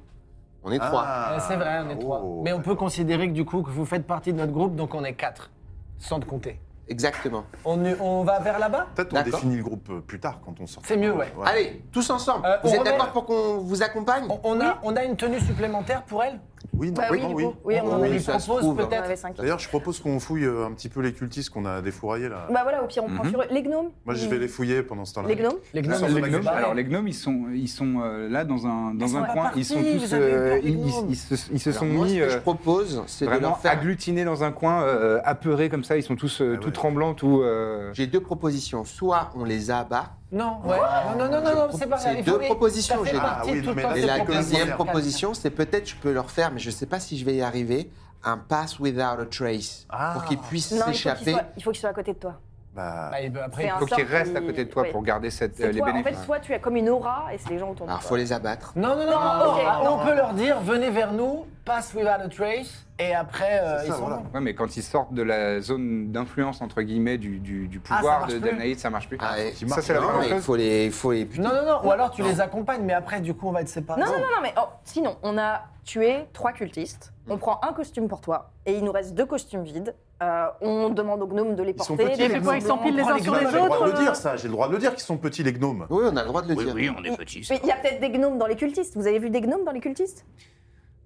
On est trois. Ah. Euh, c'est vrai, on est trois. Oh, Mais on peut considérer que du coup, que vous faites partie de notre groupe, donc on est quatre, sans te compter. Exactement. On, on va vers là-bas Peut-être on D'accord. définit le groupe euh, plus tard quand on sort. C'est mieux, ouais. Allez, tous ensemble. Euh, vous on êtes remet- d'accord pour qu'on vous accompagne On, on a, on a une tenue supplémentaire pour elle Oui, Bah oui, normalement, du oui. coup. Oui, on en On a Oui, lui eu ça se propose trouve. On en avait peut-être. cinq. D'ailleurs, je propose qu'on fouille euh, un petit peu les cultistes qu'on a défouraillés là. Bah voilà, au pire, on prend sur eux. Les gnomes Mhm. Moi, je ils- vais les fouiller pendant ce temps-là. Les gnomes les Ah, gnomes. les ils sont gnomes, séparés. alors les gnomes, ils sont, ils sont euh, là dans un, dans sont un pas coin. Ils sont partis, tous, vous avez eu euh, peur des ils, ils- gnomes. ils se, ils se Alors, sont moi, mis ce que je euh, propose, c'est de vraiment leur faire. agglutinés dans un coin, euh, apeurés comme ça. Ils sont tous, euh, Ah tout ouais. tremblants, tout. euh, J'ai deux propositions. Soit on les abat, Non, ouais. Ah. non, non, non, non, non, c'est pas c'est il deux faut- oui, propositions, ça fait j'ai dit. partie Ah oui, de non, tout mais le temps, là, Et c'est la pour proposition. deuxième comprendre. proposition, c'est peut-être je peux leur faire, mais je ne sais pas si je vais y arriver, un pass without a trace Ah. pour qu'ils puissent Non, il faut qu'ils s'échapper. soient- il faut qu'ils soient à côté de toi. Bah, Bah, il peut- C'est après, un faut qu'ils sort restent à qui- côté de toi ouais. pour garder cette, euh, C'est les toi, en bénéfices. fait, toi, tu as comme une aura et c'est les gens autour de Alors toi. faut les abattre. Non, non, non, Non, non, ok. ah, on peut leur dire, venez vers nous, pass without a trace, et après, euh, C'est ils ça, sont voilà. bons. Ouais, mais quand ils sortent de la zone d'influence entre guillemets du, du- du Ah, ça pouvoir marche de plus. Damnaïd, ça marche plus. Ah, et- ça c'est la Non, mais première il chose. faut les, il faut les buter. Non, non, non, ou alors tu les accompagnes, mais après, du coup, on va être séparés. Non, non, non, non, mais oh, sinon, on a tué trois cultistes. Mm. On prend un costume pour toi et il nous reste deux costumes vides. Euh, on demande aux gnomes de les Ils sont porter. petits, des les gnomes gnomes. Ils s'empilent les blancs. uns sur j'ai les le droit de autres, le dire, ça. J'ai le droit de le dire qu'ils sont petits, les gnomes. Oui, on a le droit de le Oui, dire. oui, on est petits. Mais il y a peut-être des gnomes dans les cultistes. Vous avez vu des gnomes dans les cultistes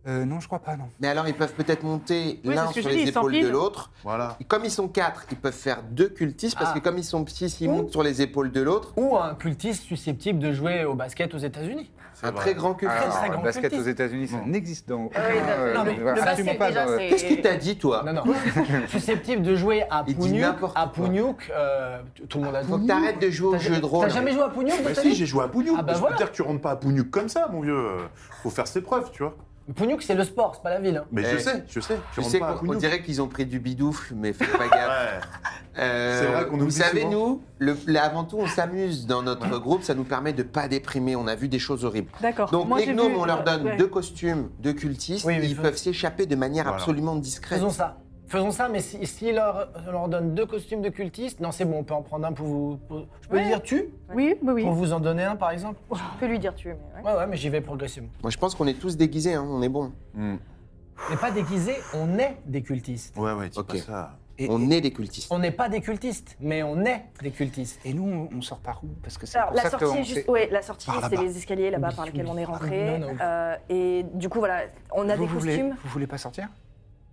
Euh, non, je crois pas, non. Mais alors ils peuvent peut-être monter Oui, c'est l'un ce que sur je dis, les ils épaules de s'empilent. l'autre. Voilà. Et Comme ils sont quatre, ils peuvent faire deux cultistes parce Ah. que comme ils sont petits, s'ils Ouh. montent sur les épaules de l'autre, Ou un cultiste susceptible de jouer au basket aux États-Unis. C'est un vrai. très grand cultiste. Alors, très grand le basket cultiste. aux États-Unis, ça Non. n'existe dans Ah aucun. non, euh, mais voilà, le absolument pas basket, dans- Qu'est-ce qu'il t'a dit toi Non, non. susceptible de jouer à Il dit Pugnouk, n'importe à quoi. Pugnouk, euh, t- tout le monde a Faut que t'arrêtes de jouer au T'as jeu ja- de rôle. T'as jamais joué à Pugnouk dans Mais ta si, vie j'ai joué à Pougnouk. Ah bah je voilà. peux dire que tu rentres pas à Pougnouk comme ça, mon vieux. Euh, Faut faire ses preuves, tu vois. Pugnouk, c'est le sport, c'est pas la ville. hein. Mais Eh. je sais, je sais. Tu Tu rentres sais pas à qu'on on Pougnouk. dirait qu'ils ont pris du bidoufle, mais fais pas gaffe. Ouais. Euh, C'est vrai qu'on Vous oublie savez, souvent. nous, le, là, avant tout, on s'amuse dans notre groupe. Ça nous permet de pas déprimer. On a vu des choses horribles. D'accord. Donc, Moi, les j'ai gnomes, vu- on leur donne Ouais. deux costumes de cultistes. Oui, oui, ils faut- peuvent s'échapper de manière Voilà. absolument discrète. Faisons ça. Faisons ça, mais si, si leur, on leur donne deux costumes de cultistes, non, c'est bon, on peut en prendre un pour vous. pour- je peux Ouais. dire tu Oui, oui, oui. Pour vous en donner un, par exemple Je peux lui dire tu, mais ouais. Ouais, ouais, mais j'y vais progressivement. Moi, je pense qu'on est tous déguisés. hein, On est bon. Hmm. Mais pas déguisés, on est des cultistes. Ouais, ouais, dis Ok. pas ça. Et- on est des cultistes. On n'est pas des cultistes, mais on est des cultistes. Et nous, on- on sort par où Parce que c'est Alors, pour la ça sortie, qu'on est juste... s'est- ouais, la sortie, Par c'est là-bas. les escaliers là-bas Oublie, par lesquels on oublie. est rentré. Non, non, oublie. Euh, et du coup, voilà, on a Vous des voulez- costumes. Vous voulez pas sortir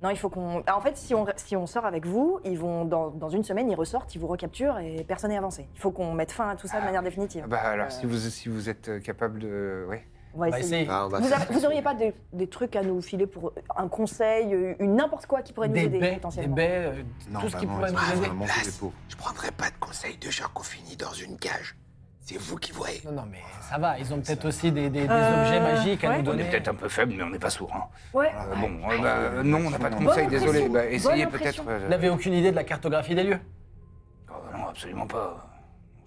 Non, il faut qu'on. Ah, En fait, si on, si on sort avec vous, ils vont dans, dans une semaine, ils ressortent, ils vous recapturent et personne n'est avancé. Il faut qu'on mette fin à tout ça de manière définitive. Bah alors, Euh, si vous si vous êtes euh, capable de, ouais. On va Bah, essayer. essayez. Ah, on va Vous, faire avez- ça. vous auriez pas des, des trucs à nous filer pour un conseil, euh, une n'importe quoi qui pourrait nous Des aider baies, des potentiellement baies, euh, Non, tout ce bah qui non, pourrait ils nous sont aider. vraiment Place. des pauvs. Je prendrai pas de conseils de gens qu'on finit dans une cage. C'est vous qui voyez. Non, non, mais ça va, ils ont peut-être aussi des, des- des Euh, objets magiques à ouais. nous On donner. est peut-être un peu faible, mais on n'est pas sourd. hein. Ouais. Ah, Ah, Euh, bon, euh, bah, euh, non, on n'a pas de Bonne Conseil, impression. désolé. Bah, Bonne essayez impression. peut-être. euh, Vous n'avez aucune idée de la cartographie des lieux Oh, non, absolument pas.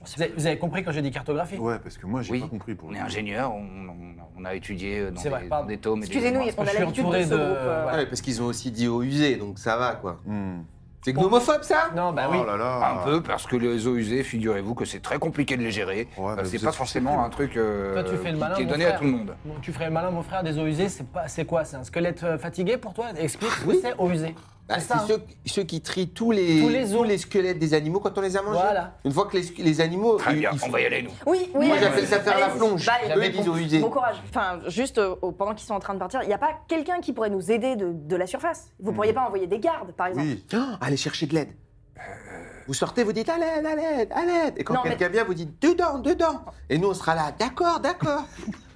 vous avez, vous avez compris quand j'ai dit cartographie Ouais, parce que moi, j'ai Oui, pas compris. Pour On le est coup. ingénieur, on, on- on a étudié euh, dans des, C'est vrai, dans pardon. des tomes. et des Excusez-nous, mémoires. on a suis l'habitude de entouré ce de- groupe. euh, Ouais. Ouais, parce qu'ils ont aussi dit eaux usées, donc ça va quoi. Hmm. C'est gnomophobe ça Non, bah oui. Oh là là. Un peu, parce que les eaux usées, figurez-vous que c'est très compliqué de les gérer. Ouais, Euh, bah, c'est vous pas êtes forcément un truc euh, Toi, tu fais le qui- malin, qui est mon donné à frère. tout le monde. Bon, tu ferais le malin, mon frère, des eaux usées, c'est pas, c'est quoi C'est un squelette euh, fatigué pour toi Explique ce Oui. que c'est eaux usées. Bah, c'est c'est ça. hein. ceux, ceux qui trient tous les, Tous les os. squelettes des animaux quand on les a mangés. Voilà. Une fois que les, les animaux. Très ils- bien, ils on font- va y aller, nous. Oui, oui. Moi allez-y. j'appelle ça faire la Allez-y. plonge. Bah, Eux ils disent eaux usées. Bon courage. Enfin, juste euh, au- pendant qu'ils sont en train de partir, il n'y a pas quelqu'un qui pourrait nous aider de, de la surface. Vous Hmm. pourriez pas envoyer des gardes, par exemple. Oui. Ah, allez chercher de l'aide. Euh. Vous sortez, vous dites à l'aide, à l'aide, à l'aide. Et Non, quand mais- quelqu'un vient, vous dites dedans, dedans. Et nous on sera là, d'accord, d'accord.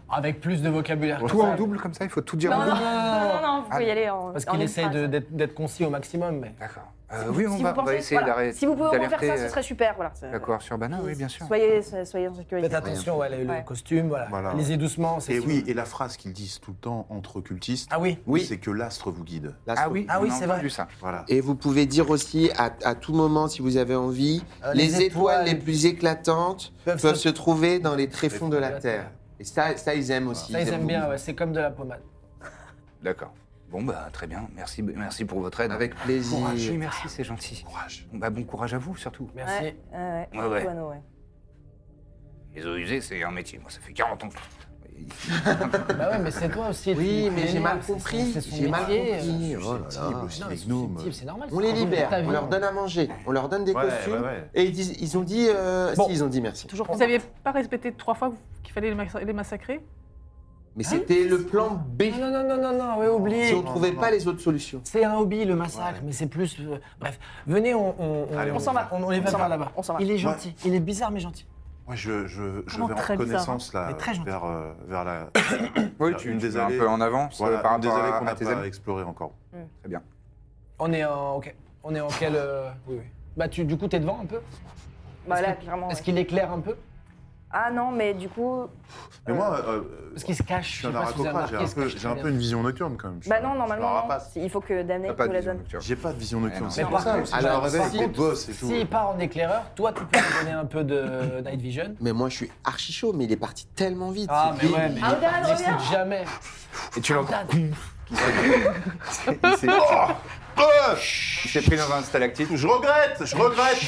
Avec plus de vocabulaire. que Tout ça. en double comme ça, il faut tout dire Non, en non, double. Ah, non, non, non, vous Ah. pouvez y aller en. Parce en qu'il une essaye de- phrase. d'être d'être concis au maximum. Mais... D'accord. Euh, oui, on Si va, vous on va pensez- essayer voilà. d'arrêter. Si vous pouvez vraiment faire ça, d'alerter, ce serait super. Voilà. euh, D'accord, sur Ah Banane, oui, bien sûr. Soyez, soyez en sécurité. Faites attention, ouais, le, le Ouais. costume, voilà. Voilà. Allez-y doucement. c'est Et sûr. oui, et la phrase qu'ils disent tout le temps entre occultistes, Ah oui Oui. c'est que l'astre vous guide. Là, Ah c'est- oui, Ah oui, on a c'est vrai. entendu ça. Voilà. Et vous pouvez dire aussi à, à tout moment, si vous avez envie, Euh, les, les étoiles, étoiles les plus éclatantes Peuvent peuvent, se- se... trouver dans les tréfonds de la Terre. Et ça, ça ils aiment aussi. Ça, ils aiment bien, beaucoup. ouais, c'est comme de la pommade. D'accord. Bon, bah, très bien. Merci, merci pour votre aide. Avec plaisir. Courage. Oui, merci, c'est gentil. Courage. Bon, bah, bon courage à vous, surtout. Merci. Ouais, ouais, Ouais, ouais. surtout Anneau, ouais. Les eaux usées, c'est un métier. Moi, ça fait 40 ans que Bah ouais, mais c'est toi aussi. Oui, tu- mais tu- j'ai mal c'est- c'est- compris. c'est son J'ai mal métier, euh. compris. Oh là là. Susceptible aussi, Non, les c'est gnomes. susceptible, c'est normal. On c'est les un moment de libère, ta vie. on leur donne à manger, on leur donne des Ouais, costumes. ouais, ouais. Et ils, disent, ils ont dit. euh, Bon. si, ils ont dit merci. Toujours Vous n'aviez pas respecté trois fois qu'il fallait les, massa- les massacrer Mais c'était le plan B. Non, non, non, non, non, ouais, oubliez. Si on ne trouvait pas les autres solutions. C'est un hobby, le massacre, mais c'est plus. euh, bref, venez, on, on, Allez, on s'en va. On, on les On va s'en voir va. là-bas. On s'en va. Il est gentil, il est bizarre, mais gentil. Moi, je, je, je vais Vraiment en très reconnaissance là, Mais très gentil. vers, euh, vers la. Oui, tu, Une tu des es un allées- peu en avance euh, voilà, par une des rapport allées à, qu'on à n'a tes pas amis. explorées encore. Très bien. On est en. Ok. On est en quel. euh, Oui, oui. Bah, tu, du coup, t'es devant un peu Bah Est-ce là, que- clairement. Est-ce ouais. qu'il éclaire un peu Ah non, mais du coup. Mais Euh, moi, euh, euh, Parce qu'il se cache. je Je suis sais un pas si vous avez aracocra, j'ai remarqué, il un, se peu, cache j'ai très un bien. peu une vision nocturne quand même. Je Bah suis un- non, je suis un normalement, non. rapace. il faut que T'as Damnate pas nous de la vision donne. nocturne. J'ai pas de vision Eh non. nocturne. C'est Mais pour par ça contre, aussi, je me alors, réveille si- avec des boss et tout. S'il part en éclaireur, toi, tu peux lui donner un peu de night vision. Mais moi, je suis archi chaud, mais il est parti tellement vite. Ah, c'est mais débile. ouais, mais. Aldan, il décide reviens jamais. Et tu l'entends. Aldan. Il s'est- Euh, oh, il s'est pris dans un stalactite. Je regrette, je regrette.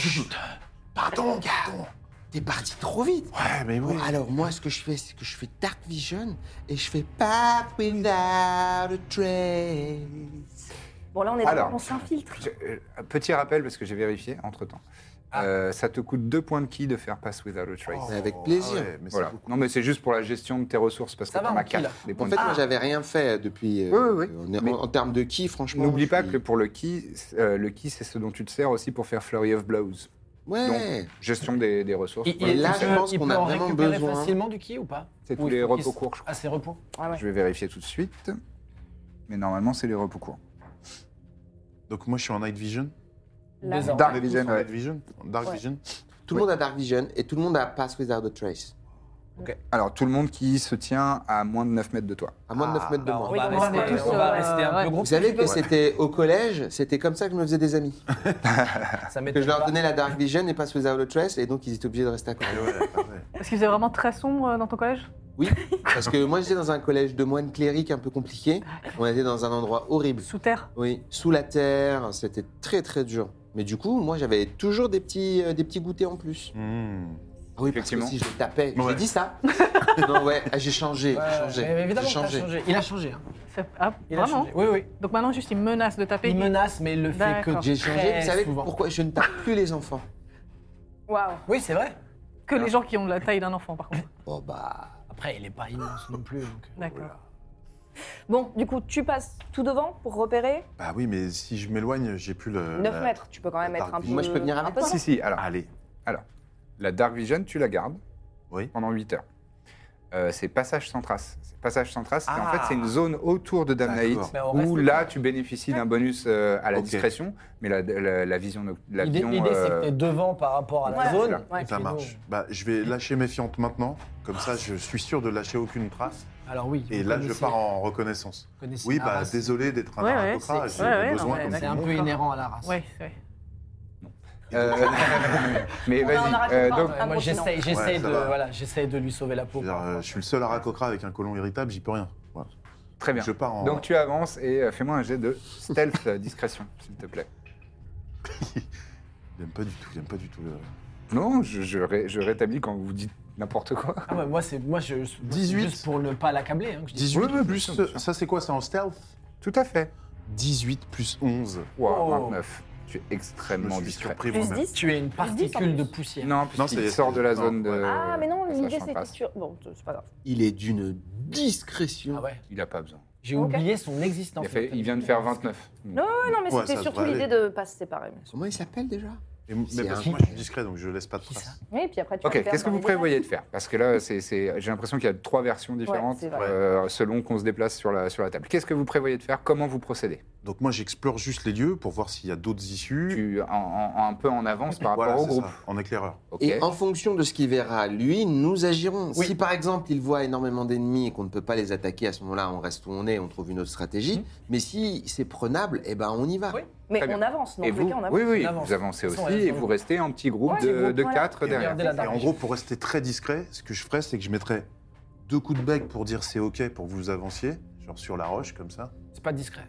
Pardon, pardon. T'es parti trop vite. Ouais, mais oui. Bon, alors moi, ce que je fais, c'est que je fais Dark Vision et je fais Path Without a Trace. Bon, là, on est d'accord, Alors. on s'infiltre. Je- euh, petit rappel, parce que j'ai vérifié entre temps. Ah. ça te coûte deux points de ki de faire Pass Without a Trace. Oh. Mais avec plaisir. Ah ouais, mais c'est voilà. beaucoup. Non, mais c'est juste pour la gestion de tes ressources, parce Ça que va, t'en on as kill. quatre. des En points de fait, ki. moi, j'avais rien fait depuis. euh, Oui, oui, oui. on est- Mais- en, en termes de qui, franchement. N'oublie je pas suis- que pour le ki, euh, le ki, c'est ce dont tu te sers aussi pour faire Flurry of Blows. Ouais. Donc, gestion des, des ressources. Il, Et il- là, il je peut- pense il qu'on peut a en vraiment récupérer besoin. facilement du ki ou pas C'est tous Ou il les faut qu'il repos se- courts, je crois. Ah, c'est repos. Ah ouais. Je vais vérifier tout de suite. Mais normalement, c'est les repos courts. Donc moi, je suis en night vision. Ah, Là, Désormais. Dark On est tous Vision, en ouais. night vision. Dark Ouais. vision. Tout le monde a Dark Vision et tout le monde a Pass Without a Trace. Alors, tout le monde qui se tient à moins de 9 mètres de toi. À moins de Ah, 9 mètres de Bah, moi. on, va Oui, on va rester, tous, on va euh, rester un peu ouais. groupe. Vous savez que c'était au collège, c'était comme ça que je me faisais des amis. ça Que m'étonne je leur pas. donnais la Dark Vision et Pass Without a Trace et donc ils étaient obligés de rester à côté. Et ouais, ah ouais. Parce qu'ils étaient vraiment très sombre euh, dans ton collège Oui, parce que moi j'étais dans un collège de moines clériques un peu compliqué. On était dans un endroit horrible. Sous terre Oui, sous la terre, c'était très très dur. Mais du coup, moi j'avais toujours des petits, euh, des petits goûters en plus. Hmm. Ah Oui, Effectivement. parce que si je les tapais, j'ai Ouais. dit ça. non, ouais, ah, j'ai changé, Ouais, j'ai changé. mais évidemment, j'ai que t'as changé. changé. Il a changé. hein. Ça- ah, Il a Vraiment changé. Oui, oui. Donc maintenant, juste, ils menacent de taper. Il ils- menace, mais il le fait que D'accord. J'ai changé, très vous savez souvent. pourquoi je ne tape plus les enfants Waouh. Oui, c'est vrai. Que les gens qui ont la taille d'un enfant, par contre. Hein Oh bah. Après, il est pas immense non plus. donc. euh. D'accord. Bon, du coup, tu passes tout devant pour repérer. Bah oui, mais si je m'éloigne, j'ai plus le. 9 la- mètres, tu peux quand même la être un peu. tartine. Moi, je peux venir un avec peu toi Si, si, alors. Allez. La Dark Vision, tu la gardes Oui. pendant 8 heures. Euh, c'est passage sans trace. C'est Passage sans trace, c'est- en Ah. fait, c'est une zone autour de Damnaït D'accord. Mais on reste où là, tu bénéficies d'un bonus euh, à la Ok. discrétion, mais la, la- la vision, noc- la L'idée, vision, l'idée, c'est euh, que t'es devant par rapport à la Voilà. zone. Ouais. et Ça puis marche. nous- Bah, je vais lâcher méfiante maintenant. Comme ça, je suis sûr de lâcher aucune trace. Alors oui. Et vous là, je connaissez- pars en reconnaissance. vous connaissez Oui, la bah race. désolé d'être un Ouais, ouais, aracocra, c'est- j'ai ouais, ouais, besoin non, comme mais tout C'est le un monde. peu inhérent à la race. Ouais, c'est vrai. euh, mais On a un vas-y. arachocra, euh, donc, ouais. Moi, j'essaye, j'essaye Ouais, ça de, va. voilà, j'essaye de lui sauver la Je peau. veux dire, euh, je suis le seul aracocra avec un colon irritable, j'y peux rien. Voilà. très bien. Je pars en. Donc tu avances et euh, fais-moi un jet de stealth euh, discrétion, s'il te plaît. J'aime pas du tout, j'aime pas du tout le. Non, je, je ré- je rétablis quand vous dites n'importe quoi. Ah ouais, moi, c'est moi, je moi, c'est 18. juste pour ne pas l'accabler. hein, que je dis. 18 Oui, oui, plus. bien sûr, bien sûr. Ça, c'est quoi C'est en stealth Tout à fait. 18 plus 11. Wow, Oh. 29. Tu es Je me extrêmement suis discret. surpris Plus moi-même. 10 Tu es une en particule de plus. poussière. Non, Non, puisqu'il c'est- sort de la non, zone de. ouais. Ah, mais non, passage l'idée sans c'était trace. sûr. Bon, c'est pas grave. Il est d'une Ah discrétion. ouais. Il a pas besoin. J'ai Ok. oublié son Il, existence. Mm. a fait- il vient de faire 29. Non, ouais, non, mais Ouais, ça c'était se surtout valait. l'idée de pas se séparer. bien sûr. Comment il s'appelle déjà Et m- C'est Mais parce un- que moi, je suis discret, donc je laisse pas de Qui ça trace. Oui, et puis après, Bah, tu Ok, repères qu'est-ce que dans vous les détails. prévoyez de faire Parce que là, c'est- c'est- j'ai l'impression qu'il y a trois versions différentes c'est vrai. euh, selon qu'on se déplace sur la, sur la table. Qu'est-ce que vous prévoyez de faire Comment vous procédez Donc moi, j'explore juste les lieux pour voir s'il y a d'autres issues. Tu, en- en- en un peu en avance par Voilà, rapport au c'est groupe. ça, en éclaireur. Ok. Et en fonction de ce qu'il verra, lui, nous agirons. Oui. Si par exemple il voit énormément d'ennemis et qu'on ne peut pas les attaquer, à ce moment-là, on reste où on est, on trouve une autre stratégie. Mais si c'est prenable, eh ben on y va. Oui. Très Mhm. Mais bien. on avance, dans Et tous les vous cas, on avance. Oui, oui, On avance. vous avancez De toute aussi façon, et elles sont- vous restez en petit groupe Ouais, de, petit groupe, de voilà. quatre Et derrière. regardez la Et dame. en gros, pour rester très discret, ce que je ferais, c'est que je mettrais deux coups de bec pour dire c'est OK pour que vous avanciez. Je Genre sur la roche, comme ça. C'est pas discret.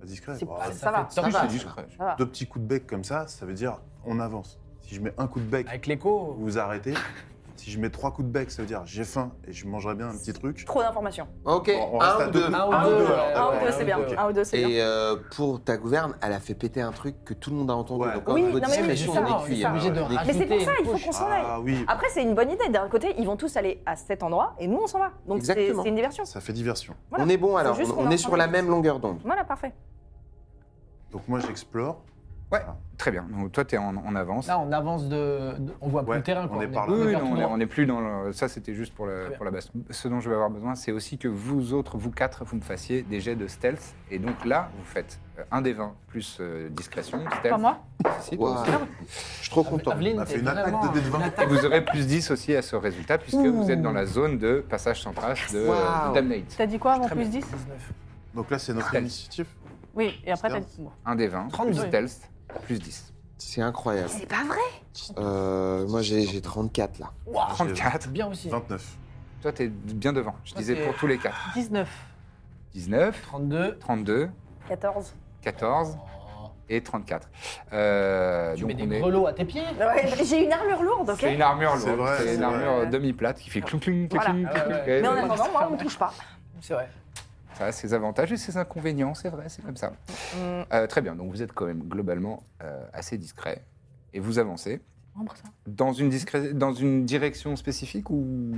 Pas discret. C'est- Bah, ça, va, fait ça torche, va. c'est discret. Ça va. Deux petits coups de bec comme ça, ça veut dire on avance. Si je mets un coup de bec, Avec l'écho, vous vous arrêtez. Si je mets trois coups de bec, ça veut dire j'ai faim et je mangerai bien un petit truc. Trop d'informations. Ok, Bon, on reste un à ou deux. deux. un ou Un ou deux. deux, alors, ouais, Ah un d'accord. ouais, ou deux, ouais, c'est ouais, bien. ok. Un ou deux, c'est bien. Et euh, pour ta gouverne, elle a fait péter un truc que tout le monde a entendu. Ouais. Donc, Oui, en mode non, mais oui, discrétion, c'est ça, on est cuit, c'est ça. hein. Obligé de On est cuit. Mais c'est pour Ajouter ça, il faut une qu'on s'en aille. Ah oui, Après, c'est une bonne idée. D'un côté, ils vont tous aller à cet endroit et nous, on s'en va. Donc, c'est Exactement. c'est une diversion. ça fait diversion. Voilà. On est bon alors, juste on- qu'on on, est en est train sur de- la même longueur d'onde. Voilà, parfait. Donc moi j'explore. Très bien. Donc toi, t'es en, en avance. Là, on avance de. de- on voit plus Ouais, le terrain. quoi. on est par là. Oui, on oui, est non, on est- partout. on n'est plus dans le... Ça, c'était juste pour, Très le, bien. pour la baston. Ce dont je vais avoir besoin, c'est aussi que vous autres, vous quatre, vous me fassiez des jets de stealth. Et donc là, vous faites euh, un des 20 plus euh, discrétion, stealth. Pas moi Si, si, toi Waouh. aussi. Je suis trop content. Aveline, On a fait est une attaque vraiment- de dés de vingt. une Et attaque- vous aurez plus 10 aussi à ce résultat, puisque vous êtes dans la zone de passage sans trace de Waouh. Damnate. T'as dit quoi avant Très bien. plus 10 19. Donc là c'est notre Stealth. initiative. Oui, et après t'as dit. bon. Un des 20 plus 32. stealth plus 10. C'est incroyable. C'est pas vrai. Euh, moi j'ai j'ai 34 là. Ouah, 34. c'est bien aussi. 29. Toi, t'es bien devant. Je Toi, disais t'es- pour tous les quatre. 19. 19, 32. 32, 14. 14 Oh, et 34. Euh, tu donc mets des on est- grelots à tes pieds. Ouais, J'ai une armure lourde, ok C'est une armure C'est lourde. vrai, C'est c'est une vrai. armure demi-plate qui fait clou clou clou Voilà. clou Ah ouais, clou. ouais. Mais en Ouais. attendant, moi, on me touche pas. C'est vrai. Ça a ses avantages et ses inconvénients, c'est vrai, c'est comme ça. Hum, Euh, très bien, donc vous êtes quand même globalement euh, assez discret et vous avancez. Membre, ça. Dans une, discré- dans une direction spécifique ou.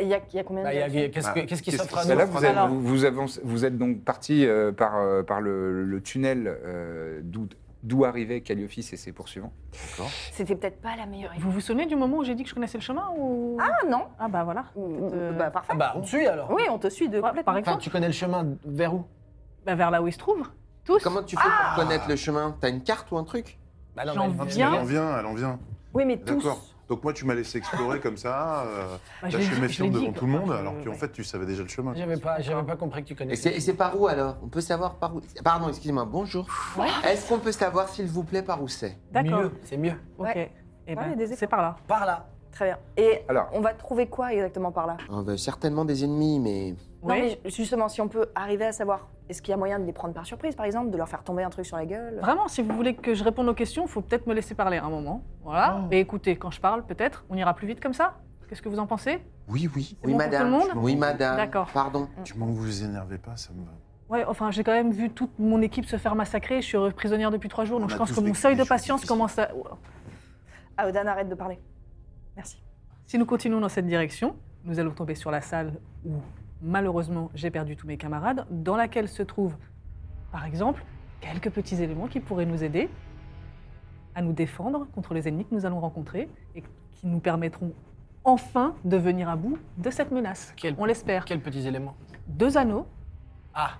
Il y, a- il y a combien de Bah, il y a- directions Qu'est-ce que- qu'est-ce qui Qu'est-ce s'offre à qui Mais nous là, vous êtes, Alors- vous, vous avancez- vous êtes donc parti euh, par, euh, par le, le tunnel euh, d'où d'où arrivait Calliophis et ses poursuivants. C'était peut-être pas la meilleure idée. Vous vous souvenez du moment où j'ai dit que je connaissais le chemin ou... Ah non Ah bah voilà. Euh, Bah, parfait. Ah bah, on te suit alors. Oui, on te suit de complètement. par Enfin, exemple. tu connais le chemin vers où Bah, vers là où il se trouve. Tous. Comment tu fais Ah pour connaître le chemin T'as une carte ou un truc Bah non, J'en mais- Elle viens. en vient, elle en vient. Oui, mais tous. D'accord. Donc moi tu m'as laissé explorer comme ça. euh, Bah, je T'as l'ai- fait mes je l'ai films dit, devant quoi. tout le monde Enfin, alors je- qu'en fait tu savais déjà le chemin. J'avais pas, j'avais pas compris que tu Et connaissais. c'est et c'est par où alors On peut savoir par où Pardon, excusez-moi, bonjour. Ouais. Est-ce qu'on peut savoir s'il vous plaît par où c'est D'accord. Mieux, c'est mieux. Ok. Ouais. Et Ouais, il y a des c'est par là. Par là. Très bien. Et Alors. on va trouver quoi exactement par là On veut Certainement des ennemis, mais Non, Oui. mais justement, si on peut arriver à savoir, est-ce qu'il y a moyen de les prendre par surprise, par exemple, de leur faire tomber un truc sur la gueule Vraiment, si vous voulez que je réponde aux questions, il faut peut-être me laisser parler un moment. Voilà. Oh. Mais écoutez, quand je parle, peut-être, on ira plus vite comme ça Qu'est-ce que vous en pensez Oui, oui. bon oui pour madame. tout le monde oui madame. D'accord. Pardon. Du moment que vous vous énervez pas, ça me va. Ouais, enfin, j'ai quand même vu toute mon équipe se faire massacrer. Je suis prisonnière depuis trois jours, On donc a je pense tous que mon vécu seuil des de choses patience difficiles. commence à. Ouh. Ah, Odan, arrête de parler. Merci. Si nous continuons dans cette direction, nous allons tomber sur la salle où, malheureusement, j'ai perdu tous mes camarades, dans laquelle se trouvent, par exemple, quelques petits éléments qui pourraient nous aider à nous défendre contre les ennemis que nous allons rencontrer et qui nous permettront enfin de venir à bout de cette menace. Quel- On l'espère. Quels petits éléments Deux anneaux, Ah,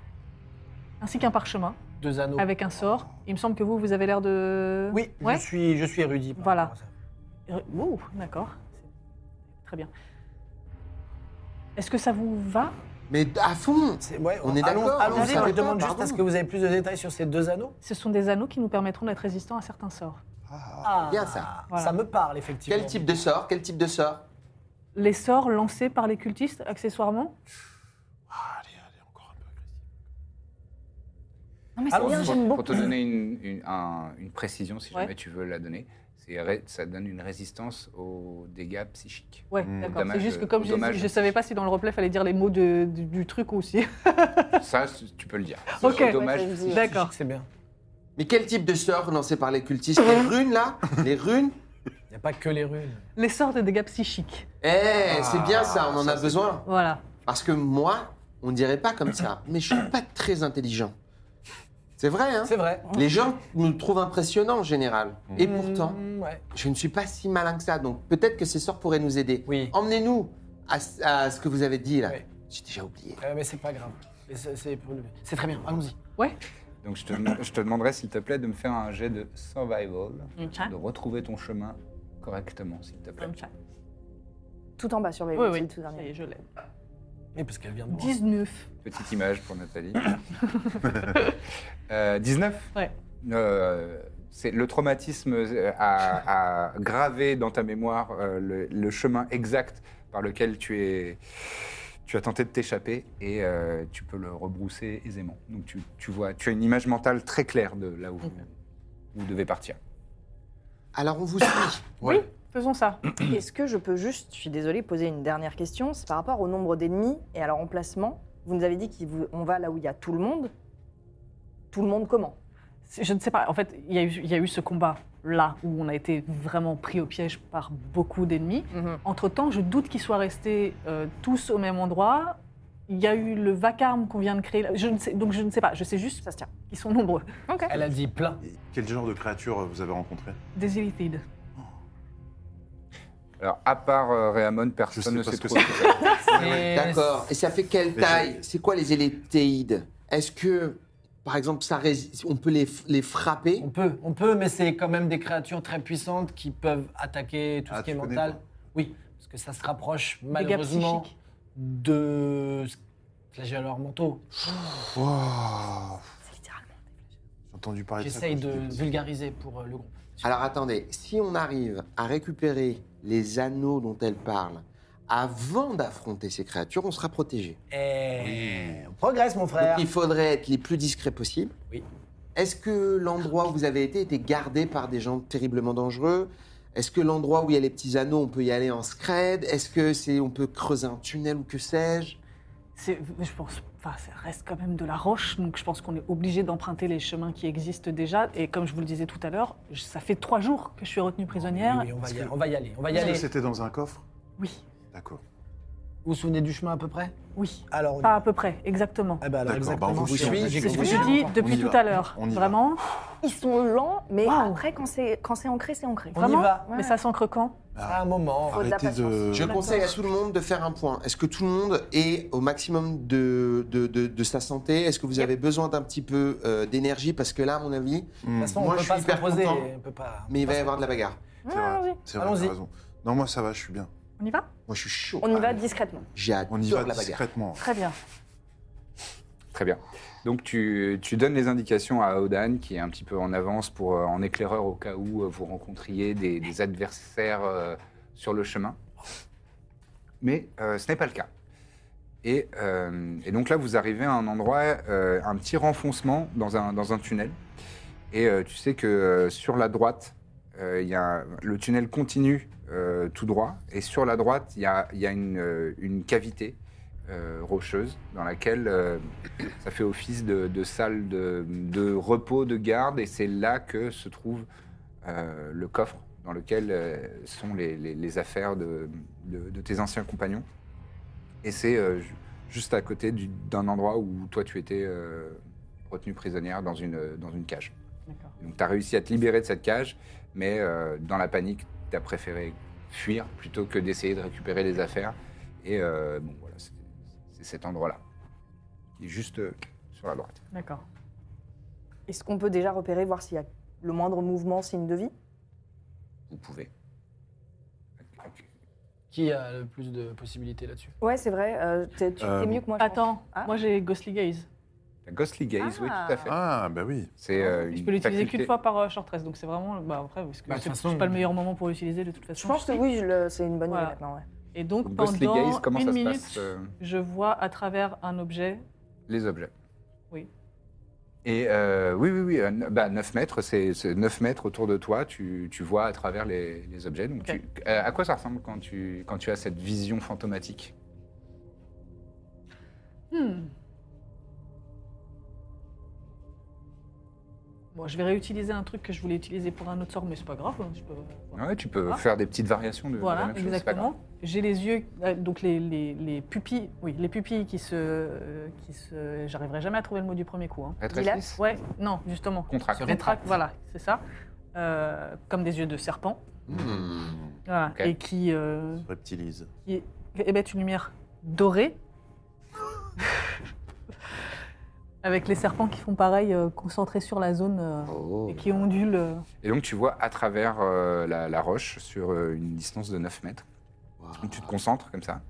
ainsi qu'un parchemin, deux anneaux. avec un sort. Il me semble que vous, vous avez l'air de... Oui, Ouais. je, suis, je suis érudit. par Voilà. rapport à ça. Euh, wow, d'accord. C'est- Très bien. Est-ce que ça vous va Mais à fond C'est- ouais, On est allons- d'accord, on Allons-y, moi savait je demande pas, juste à ce pardon. que vous avez plus de détails sur ces deux anneaux. Ce sont des anneaux qui nous permettront d'être résistants à certains sorts. Ah, Ah, bien ça. Voilà. Ça me parle, effectivement. Quel type de sort Quel type de sort Les sorts lancés par les cultistes, accessoirement Ah, allez, allez, encore un peu agressif. Non, mais c'est Allons-y. bien, j'aime Pour, pour beaucoup. te donner une, une- un- une précision, si Ouais. jamais tu veux la donner, c'est ré- ça donne une résistance aux dégâts psychiques. Ouais, Mm. d'accord. C'est Dommage, euh, juste que comme j'ai- dommage. je ne savais pas si dans le replay, fallait dire les mots de- du, du truc aussi. Ça, c- tu peux le dire. Ok. C'est Dommage. Ouais, vas-y. d'accord. C'est bien. Mais quel type de sort lancé par les cultistes Les runes là Les runes Il n'y a pas que les runes. Les sorts de dégâts psychiques. Eh, Ah, c'est bien ça, on en a besoin. Voilà. Parce que moi, on dirait pas comme ça, mais je suis pas très intelligent. C'est vrai, hein C'est vrai. Les gens me trouvent impressionnant en général. Et pourtant, Mm, ouais. je ne suis pas si malin que ça, donc peut-être que ces sorts pourraient nous aider. Oui. Emmenez-nous à, ce- à ce que vous avez dit là. Oui. J'ai déjà oublié. Euh, mais c'est pas grave. Mais C'est c'est- c'est très bien, allons-y. Donc, je te, je te demanderai, s'il te plaît, de me faire un jet de survival, Ah. de retrouver ton chemin correctement, s'il te plaît. Tout en bas sur les Oui, oui. Ça tout y dernier. est, je l'ai. Oui, parce qu'elle vient de moi. 19. Petite image pour Nathalie. Euh, 19 Ouais. Euh, c'est le traumatisme euh, a, a gravé dans ta mémoire euh, le, le chemin exact par lequel tu es, Tu as tenté de t'échapper et euh, tu peux le rebrousser aisément. Donc tu, tu vois, tu as une image mentale très claire de là où vous, vous devez partir. Alors on vous suit. Oui, faisons ça. Est-ce que je peux juste, je suis désolée, poser une dernière question C'est par rapport au nombre d'ennemis et à leur emplacement. Vous nous avez dit qu'on va là où il y a tout le monde. Tout le monde comment Je ne sais pas. En fait, il y, a eu- il y a eu ce combat là où on a été vraiment pris au piège par beaucoup d'ennemis. Mhm. Entre-temps, je doute qu'ils soient restés euh, tous au même endroit. Il y a eu le vacarme qu'on vient de créer. là. Je ne sais, donc je ne sais pas. Je sais juste Ça se tient. qu'ils sont nombreux. Ok. Elle a dit plein. Et Quel genre de créature euh, vous avez rencontré Des illithides. Alors, à part euh, Réamon, Je sais personne ne pas sait ce que trop c'est. ce que c'est. Et- D'accord. Et ça fait quelle Mais taille C'est quoi les élétéides Est-ce que, par exemple, ça rési- on peut les, les frapper On peut, on peut, mais c'est quand même des créatures très puissantes qui peuvent attaquer tout Ah, ce qui est tu connais mental. pas. Oui, parce que ça se rapproche Des gars malheureusement psychiques. de flagelleurs mentaux. Wow. Littéralement. J'ai entendu parler de ça. J'essaye quand de j'étais petit. vulgariser pour euh, le groupe. Alors attendez, si on arrive à récupérer les anneaux dont elle parle avant d'affronter ces créatures, on sera protégé. Et... on Progresse, mon Donc frère. il faudrait être les plus discrets possible. Oui. Est-ce que l'endroit où vous avez été était gardé par des gens terriblement dangereux Est-ce que l'endroit où il y a les petits anneaux, on peut y aller en scred Est-ce que c'est on peut creuser un tunnel ou que sais-je C'est, je pense, enfin, ça reste quand même de la roche, donc je pense qu'on est obligé d'emprunter les chemins qui existent déjà. Et comme je vous le disais tout à l'heure, je- ça fait trois jours que je suis retenue prisonnière. Oui, oui, on, va y, on va y aller. On va y Est-ce que aller. c'était dans un coffre Oui, D'accord. Vous vous souvenez du chemin à peu près oui, Alors, on y pas à va. peu près, exactement. Eh ben, alors, D'accord, bah, exactement. on vous Je suis- suit. j'ai C'est ce que compris. je dis depuis y tout va. à l'heure, On y va. vraiment. Ils sont lents, mais Waouh. après, quand c'est quand c'est ancré, c'est ancré. On Vraiment y va. Ouais. Mais ça s'ancre quand À un moment. Faut de la Arrêtez de. Je conseille à tout le monde de faire un point. Est-ce que tout le monde est au maximum de, de, de- de sa santé Est-ce que vous avez besoin d'un petit peu euh, d'énergie Parce que là, à mon avis, De Hmm, toute façon, Moi, je on peut suis pas se hyper reposer. content. On peut pas. mais il va y avoir de la bagarre. C'est vrai. oui. C'est vrai, Allons-y. t'as raison. Non, moi ça va, je suis bien. On y va Moi, je suis chaud. On y va Ah, discrètement. J'adore On y va la bagarre. discrètement. Très bien. Très bien. Donc tu, tu donnes les indications à Odan, qui est un petit peu en avance pour euh, en éclaireur au cas où euh, vous rencontriez des, des adversaires euh, sur le chemin. Mais euh, ce n'est pas le cas. Et, euh, et donc là, vous arrivez à un endroit, euh, un petit renfoncement dans un, dans un tunnel. Et euh, tu sais que euh, sur la droite, euh, il y a, le tunnel continue euh, tout droit. Et sur la droite, il y a, il y a une, euh, une cavité euh, rocheuse dans laquelle euh, ça fait office de, de salle de, de repos, de garde, et c'est là que se trouve euh, le coffre dans lequel euh, sont les, les- les affaires de, de- de tes anciens compagnons. Et c'est euh, ju- juste à côté du- d'un endroit où toi tu étais euh, retenue prisonnière dans une, dans une cage. D'accord. Donc tu as réussi à te libérer de cette cage, mais euh, dans la panique, tu as préféré fuir plutôt que d'essayer de récupérer les affaires. Et euh, bon, voilà, c'est c'est cet endroit-là. qui est juste euh, sur la droite. D'accord. Est-ce qu'on peut déjà repérer, voir s'il y a le moindre mouvement, signe de vie Vous pouvez. Ok. Qui a le plus de possibilités là-dessus Ouais, c'est vrai. euh, t'es tu- Euh, t'es mieux que moi. je pense. Attends, Ah. moi j'ai Ghostly Gaze. La Ghostly Gaze, oui, tout à fait. Ah, bah oui. C'est euh, Je une peux l'utiliser qu'une faculté- fois par euh, short rest, donc c'est vraiment. Bah, après, parce que Bah, de c'est toute façon- c'est pas le meilleur moment pour l'utiliser de toute façon. Je pense que sais. oui, je le- c'est une bonne idée Voilà. maintenant. ouais. Et donc Donc, Ghostly pendant Gaze, comment une ça minute, se passe euh, je vois à travers un objet. Les objets. Oui. Et euh, oui, oui, oui, euh, ne- bah, 9 mètres, c'est c'est 9 mètres autour de toi, tu, tu vois à travers les, les objets. Donc Ok. tu- euh, à quoi ça ressemble quand tu, quand tu as cette vision fantomatique Hmm. Bon, je vais réutiliser un truc que je voulais utiliser pour un autre sort, mais c'est pas grave. hein, Je peux... Ouais, tu peux Ah. faire des petites variations de, de la Voilà, même chose. c'est pas grave. exactement. J'ai les yeux, euh, donc les, les- les pupilles, oui, les pupilles qui se, euh, qui se, j'arriverai jamais à trouver le mot du premier coup. hein. Rétrécissent Ouais, non, justement. Contracte. Rétract, voilà, c'est ça. Euh, comme des yeux de serpent. Hmm. Voilà. Ok. Et qui, euh, Reptilise. qui émettent une lumière dorée. Avec les serpents qui font pareil, euh, concentrés sur la zone euh, Oh. et qui ondulent. euh. Et donc tu vois à travers euh, la, la roche sur euh, une distance de 9 mètres. Donc, tu te concentres comme ça.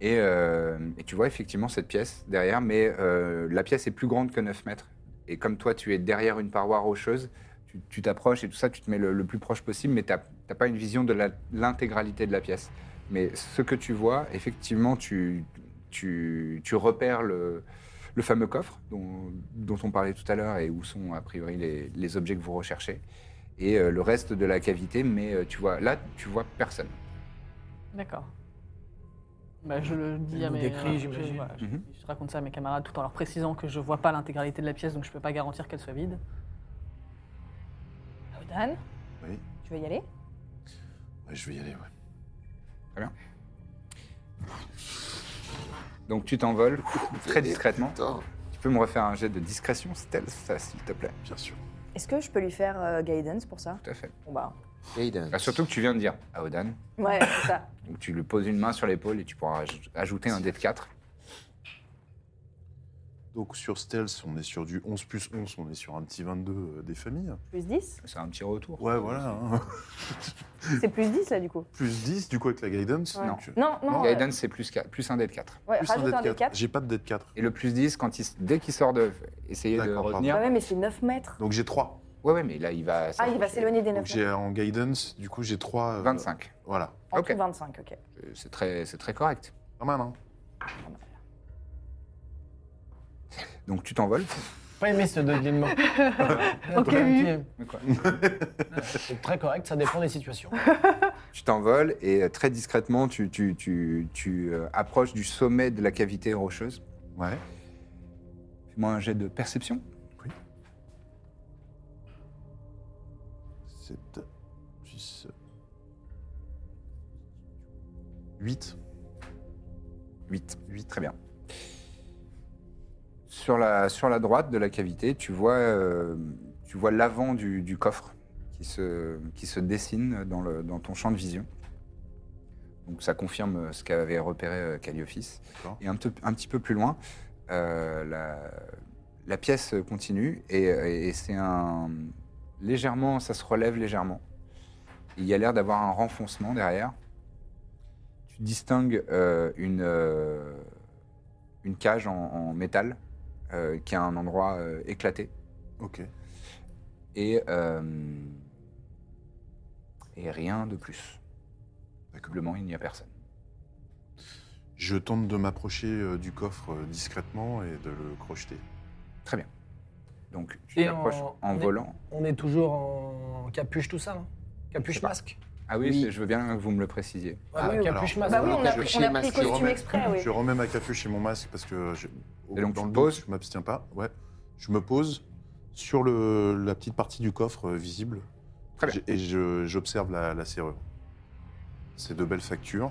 Et, euh, et tu vois effectivement cette pièce derrière, mais euh, la pièce est plus grande que 9 mètres. Et comme toi, tu es derrière une paroi rocheuse, tu- tu t'approches et tout ça, tu te mets le, le plus proche possible, mais tu n'as pas une vision de la- l'intégralité de la pièce. Mais ce que tu vois, effectivement, tu, tu, tu repères le, le fameux coffre dont, dont on parlait tout à l'heure et où sont a priori les, les objets que vous recherchez. Et euh, le reste de la cavité, mais euh, tu vois, là, tu vois personne. D'accord. Bah, je le dis Elle à nous mes. décrit, je, j'imagine. voilà, je- Mhm. je raconte ça à mes camarades tout en leur précisant que je vois pas l'intégralité de la pièce, donc je peux pas garantir qu'elle soit vide. Dan, Oui. tu veux y aller Ouais, je vais y aller, ouais. Donc tu t'envoles très discrètement. Attends. Tu peux me refaire un jet de discrétion, stealth, ça, s'il te plaît. Bien sûr. Est-ce que je peux lui faire euh, guidance pour ça Tout à fait. Bon bah. Aiden. Bah, surtout que tu viens de dire à Odan. Ouais, c'est ça. Donc tu lui poses une main sur l'épaule et tu pourras aj- ajouter un dé de 4. Donc sur Stealth, on est sur du 11 plus 11, on est sur un petit 22 euh, des familles. Plus 10 C'est un petit retour. Ouais, voilà. hein. C'est plus 10 là du coup. plus 10 du coup avec la Guidance. Ouais. donc, euh, Non, non. euh, Guidance, c'est plus, qua- plus un dé de 4. ouais, plus un rajoute dé un de des 4. 4. J'ai pas de dé de 4. Et le plus 10, quand il, s- dès qu'il sort de... Essayez de D'accord, revenir. Ah Ouais. ouais, mais c'est 9 mètres. Donc j'ai 3. ouais, mais là, il va... Ah, il va s'approcher. s'éloigner des Donc 9 mètres. j'ai en Guidance, du coup j'ai 3. 25. Voilà. En ok. tout, 25, ok. Euh, C'est très, c'est très correct. Pas mal, hein Donc tu t'envoles. Pas aimé ce deuxième mot. Ok, oui. Mais quoi Ah, C'est très correct, ça dépend des situations. Tu t'envoles et euh, très discrètement, tu, tu, tu, tu, euh, approches du sommet de la cavité rocheuse. Ouais. Fais-moi un jet de perception. C'est... 8. 8. 8, très bien. Sur la, sur la droite de la cavité, tu vois, euh, tu vois l'avant du, du coffre qui se, qui se dessine dans, le, dans ton champ de vision. Donc ça confirme euh, ce qu'avait repéré euh, Calliophis. D'accord. Et un, peu- un petit peu plus loin, euh, la, la pièce continue et, euh, et c'est un... Légèrement, ça se relève légèrement. Il y a l'air d'avoir un renfoncement derrière. Tu distingues euh, une, euh, une cage en, en métal euh, qui a un endroit euh, éclaté. Ok. Et, euh, et rien de plus. D'accord. Probablement, il n'y a personne. Je tente de m'approcher euh, du coffre euh, discrètement et de le crocheter. Donc, tu Et t'approches en, en- on est- volant. On est toujours en capuche tout ça, non Capuche masque Ah oui, Oui. c'est- je veux bien que vous me le précisiez. Ouais, Ah, bah, oui, Capuche masque. Bah oui, alors, on a, je pris- suis on a pris masqué, costume remets- exprès, oui. Je remets ma capuche et mon masque parce que je, au- Et donc, tu te doute, poses je m'abstiens pas. Ouais. Je me pose sur le, la petite partie du coffre euh, visible Très bien. J'ai- et je- j'observe la, la serrure. C'est de belles factures,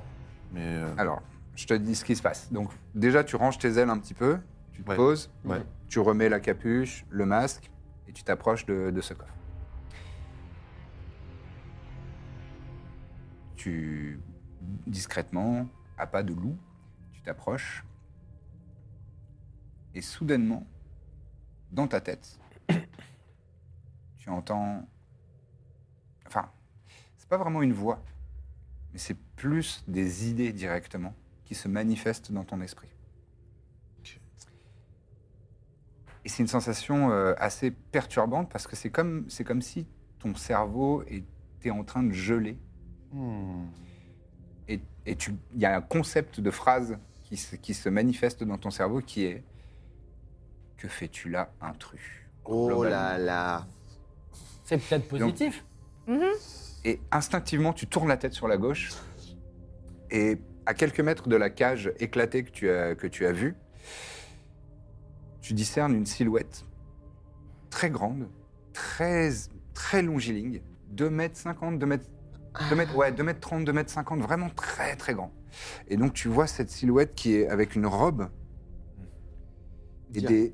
mais euh, Alors, je te dis ce qui se passe. Donc, déjà, tu ranges tes ailes un petit peu, tu te Ouais. poses, Ouais. tu remets la capuche, le masque, et tu t'approches de, de ce coffre. Tu, discrètement, à pas de loup, tu t'approches, et soudainement, dans ta tête, tu entends. Enfin, c'est pas vraiment une voix, mais c'est plus des idées directement qui se manifestent dans ton esprit. Et c'est une sensation euh, assez perturbante parce que c'est comme, c'est comme si ton cerveau était en train de geler hmm, et et tu- il y a un concept de phrase qui se, qui se manifeste dans ton cerveau qui est Que fais-tu là, intrus Oh Globalement. là là. C'est peut-être positif. Et instinctivement, tu tournes la tête sur la gauche. Et à quelques mètres de la cage éclatée que tu as, que tu as vue, tu discernes une silhouette très grande, très, très longiligne, 2 mètres 50, 2 mètres. 2 mètres, ouais, 2 mètres 30, 2 mètres 50, vraiment très très grand. Et donc tu vois cette silhouette qui est avec une robe et des,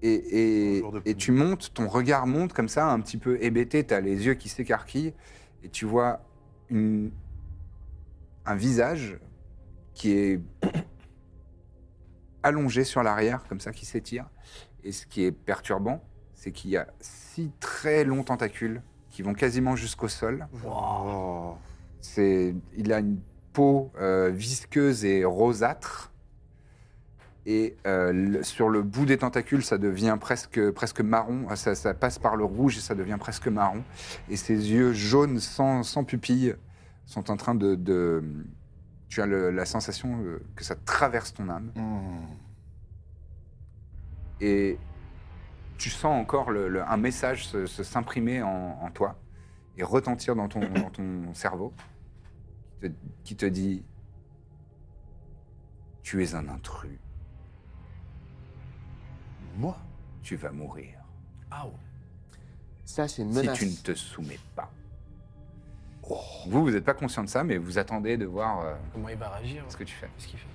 et, et- Toujours de et tu montes, ton regard monte comme ça, un petit peu hébété, tu as les yeux qui s'écarquillent, et tu vois une- un visage qui est allongé sur l'arrière, comme ça, qui s'étire. Et ce qui est perturbant, c'est qu'il y a six très longs tentacules qui vont quasiment jusqu'au sol. oh, C'est, il a une peau euh, visqueuse et rosâtre. Et euh, le- sur le bout des tentacules, ça devient presque, presque marron. Ah, Ça, ça passe par le rouge et ça devient presque marron. Et ses yeux jaunes, sans, sans pupille, sont en train de, de, tu as le- la sensation euh, que ça traverse ton âme. Et tu sens encore le- le- un message se- se- s'imprimer en, en toi et retentir dans ton, dans ton cerveau qui te- qui te dit Tu es un intrus, Moi tu vas mourir Ça, c'est une si menace. tu ne te soumets pas. Vous, vous n'êtes pas conscient de ça, mais vous attendez de voir euh, Comment il va réagir ce que tu fais. Qu'est-ce qu'il fait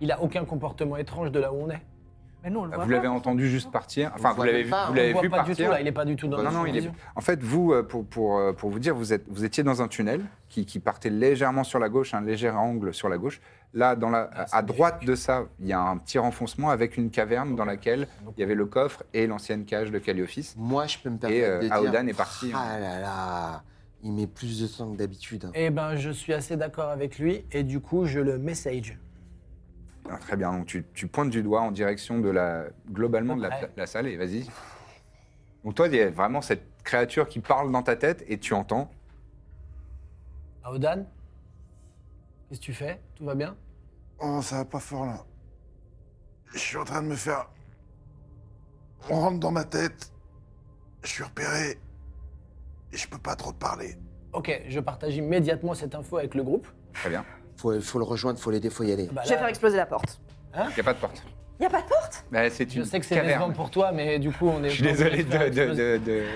Il a aucun comportement étrange de là où on est. Mais nous, on le voit Ah, Vous pas. l'avez entendu juste partir. Enfin, vous voit l'avez même pas, vous on On l'avez le voit vu pas du tout partir. là, il est pas du tout dans Non, notre non, il est... vision. En fait, vous, euh, pour, pour, euh, pour vous dire, vous, êtes, vous étiez dans un tunnel qui, qui partait légèrement sur la gauche, un léger angle sur la gauche. Là, dans Ah, la, à droite de ça, il y a un petit renfoncement avec une caverne dans laquelle il y avait le coffre et l'ancienne cage de Calliophis. Moi, je peux me permettre Et, euh, de dire... Aodan est parti, hein. Ah là là, il met plus de sang que d'habitude. hein. Eh ben, je suis assez d'accord avec lui et du coup, je le message. Ah, très bien, donc tu, tu pointes du doigt en direction de la, globalement de la, Ouais. la salle et vas-y. Donc toi, il y a vraiment cette créature qui parle dans ta tête et tu entends. Aodan, Ah, qu'est-ce que tu fais Tout va bien Oh, ça va pas fort là. Je suis en train de me faire. On rentre dans ma tête. Je suis repéré. Et je peux pas trop parler. Ok, je partage immédiatement cette info avec le groupe. Très bien, Faut, faut le rejoindre, faut l'aider, faut y aller. Bah, Je vais là, hein faire exploser la porte. il n'y a pas de porte. Y a pas de porte Bah, c'est Je une sais que c'est décevant caverne. pour toi, mais du coup, on est. Je suis désolé de, de, de,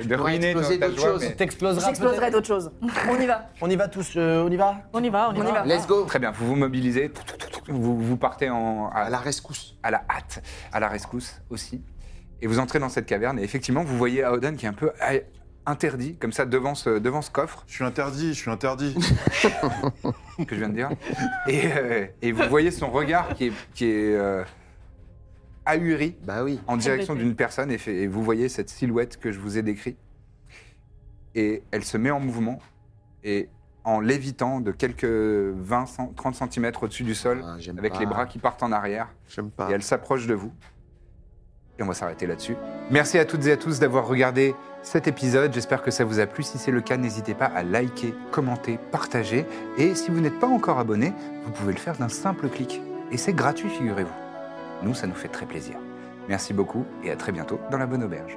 de, de pourrais ruiner exploser ta ta d'autres joie, choses. mais... T'exploseras J'exploserai peut-être. d'autres choses. On y va. On y va tous, euh, on y va On y va, on y On y va. va. Let's go Très bien, vous vous mobilisez, vous, vous partez en, à, À la rescousse. à la hâte, à la rescousse aussi, et vous entrez dans cette caverne, et effectivement, vous voyez Aodan qui est un peu euh, interdit, comme ça, devant ce, devant ce coffre Je suis interdit, je suis interdit. que je viens de dire, et, euh, et vous voyez son regard qui est, qui est euh, ahuri Bah oui. en direction Complètement. d'une personne, et, fait- et vous voyez cette silhouette que je vous ai décrite, et elle se met en mouvement, et en lévitant de quelques 20, 100, 30 cm au-dessus du sol, Ah, j'aime avec pas. les bras qui partent en arrière, J'aime pas. et elle s'approche de vous. Et on va s'arrêter là-dessus. Merci à toutes et à tous d'avoir regardé cet épisode. J'espère que ça vous a plu. Si c'est le cas, n'hésitez pas à liker, commenter, partager. Et si vous n'êtes pas encore abonné, vous pouvez le faire d'un simple clic. Et c'est gratuit, figurez-vous. Nous, ça nous fait très plaisir. Merci beaucoup et à très bientôt dans la bonne auberge.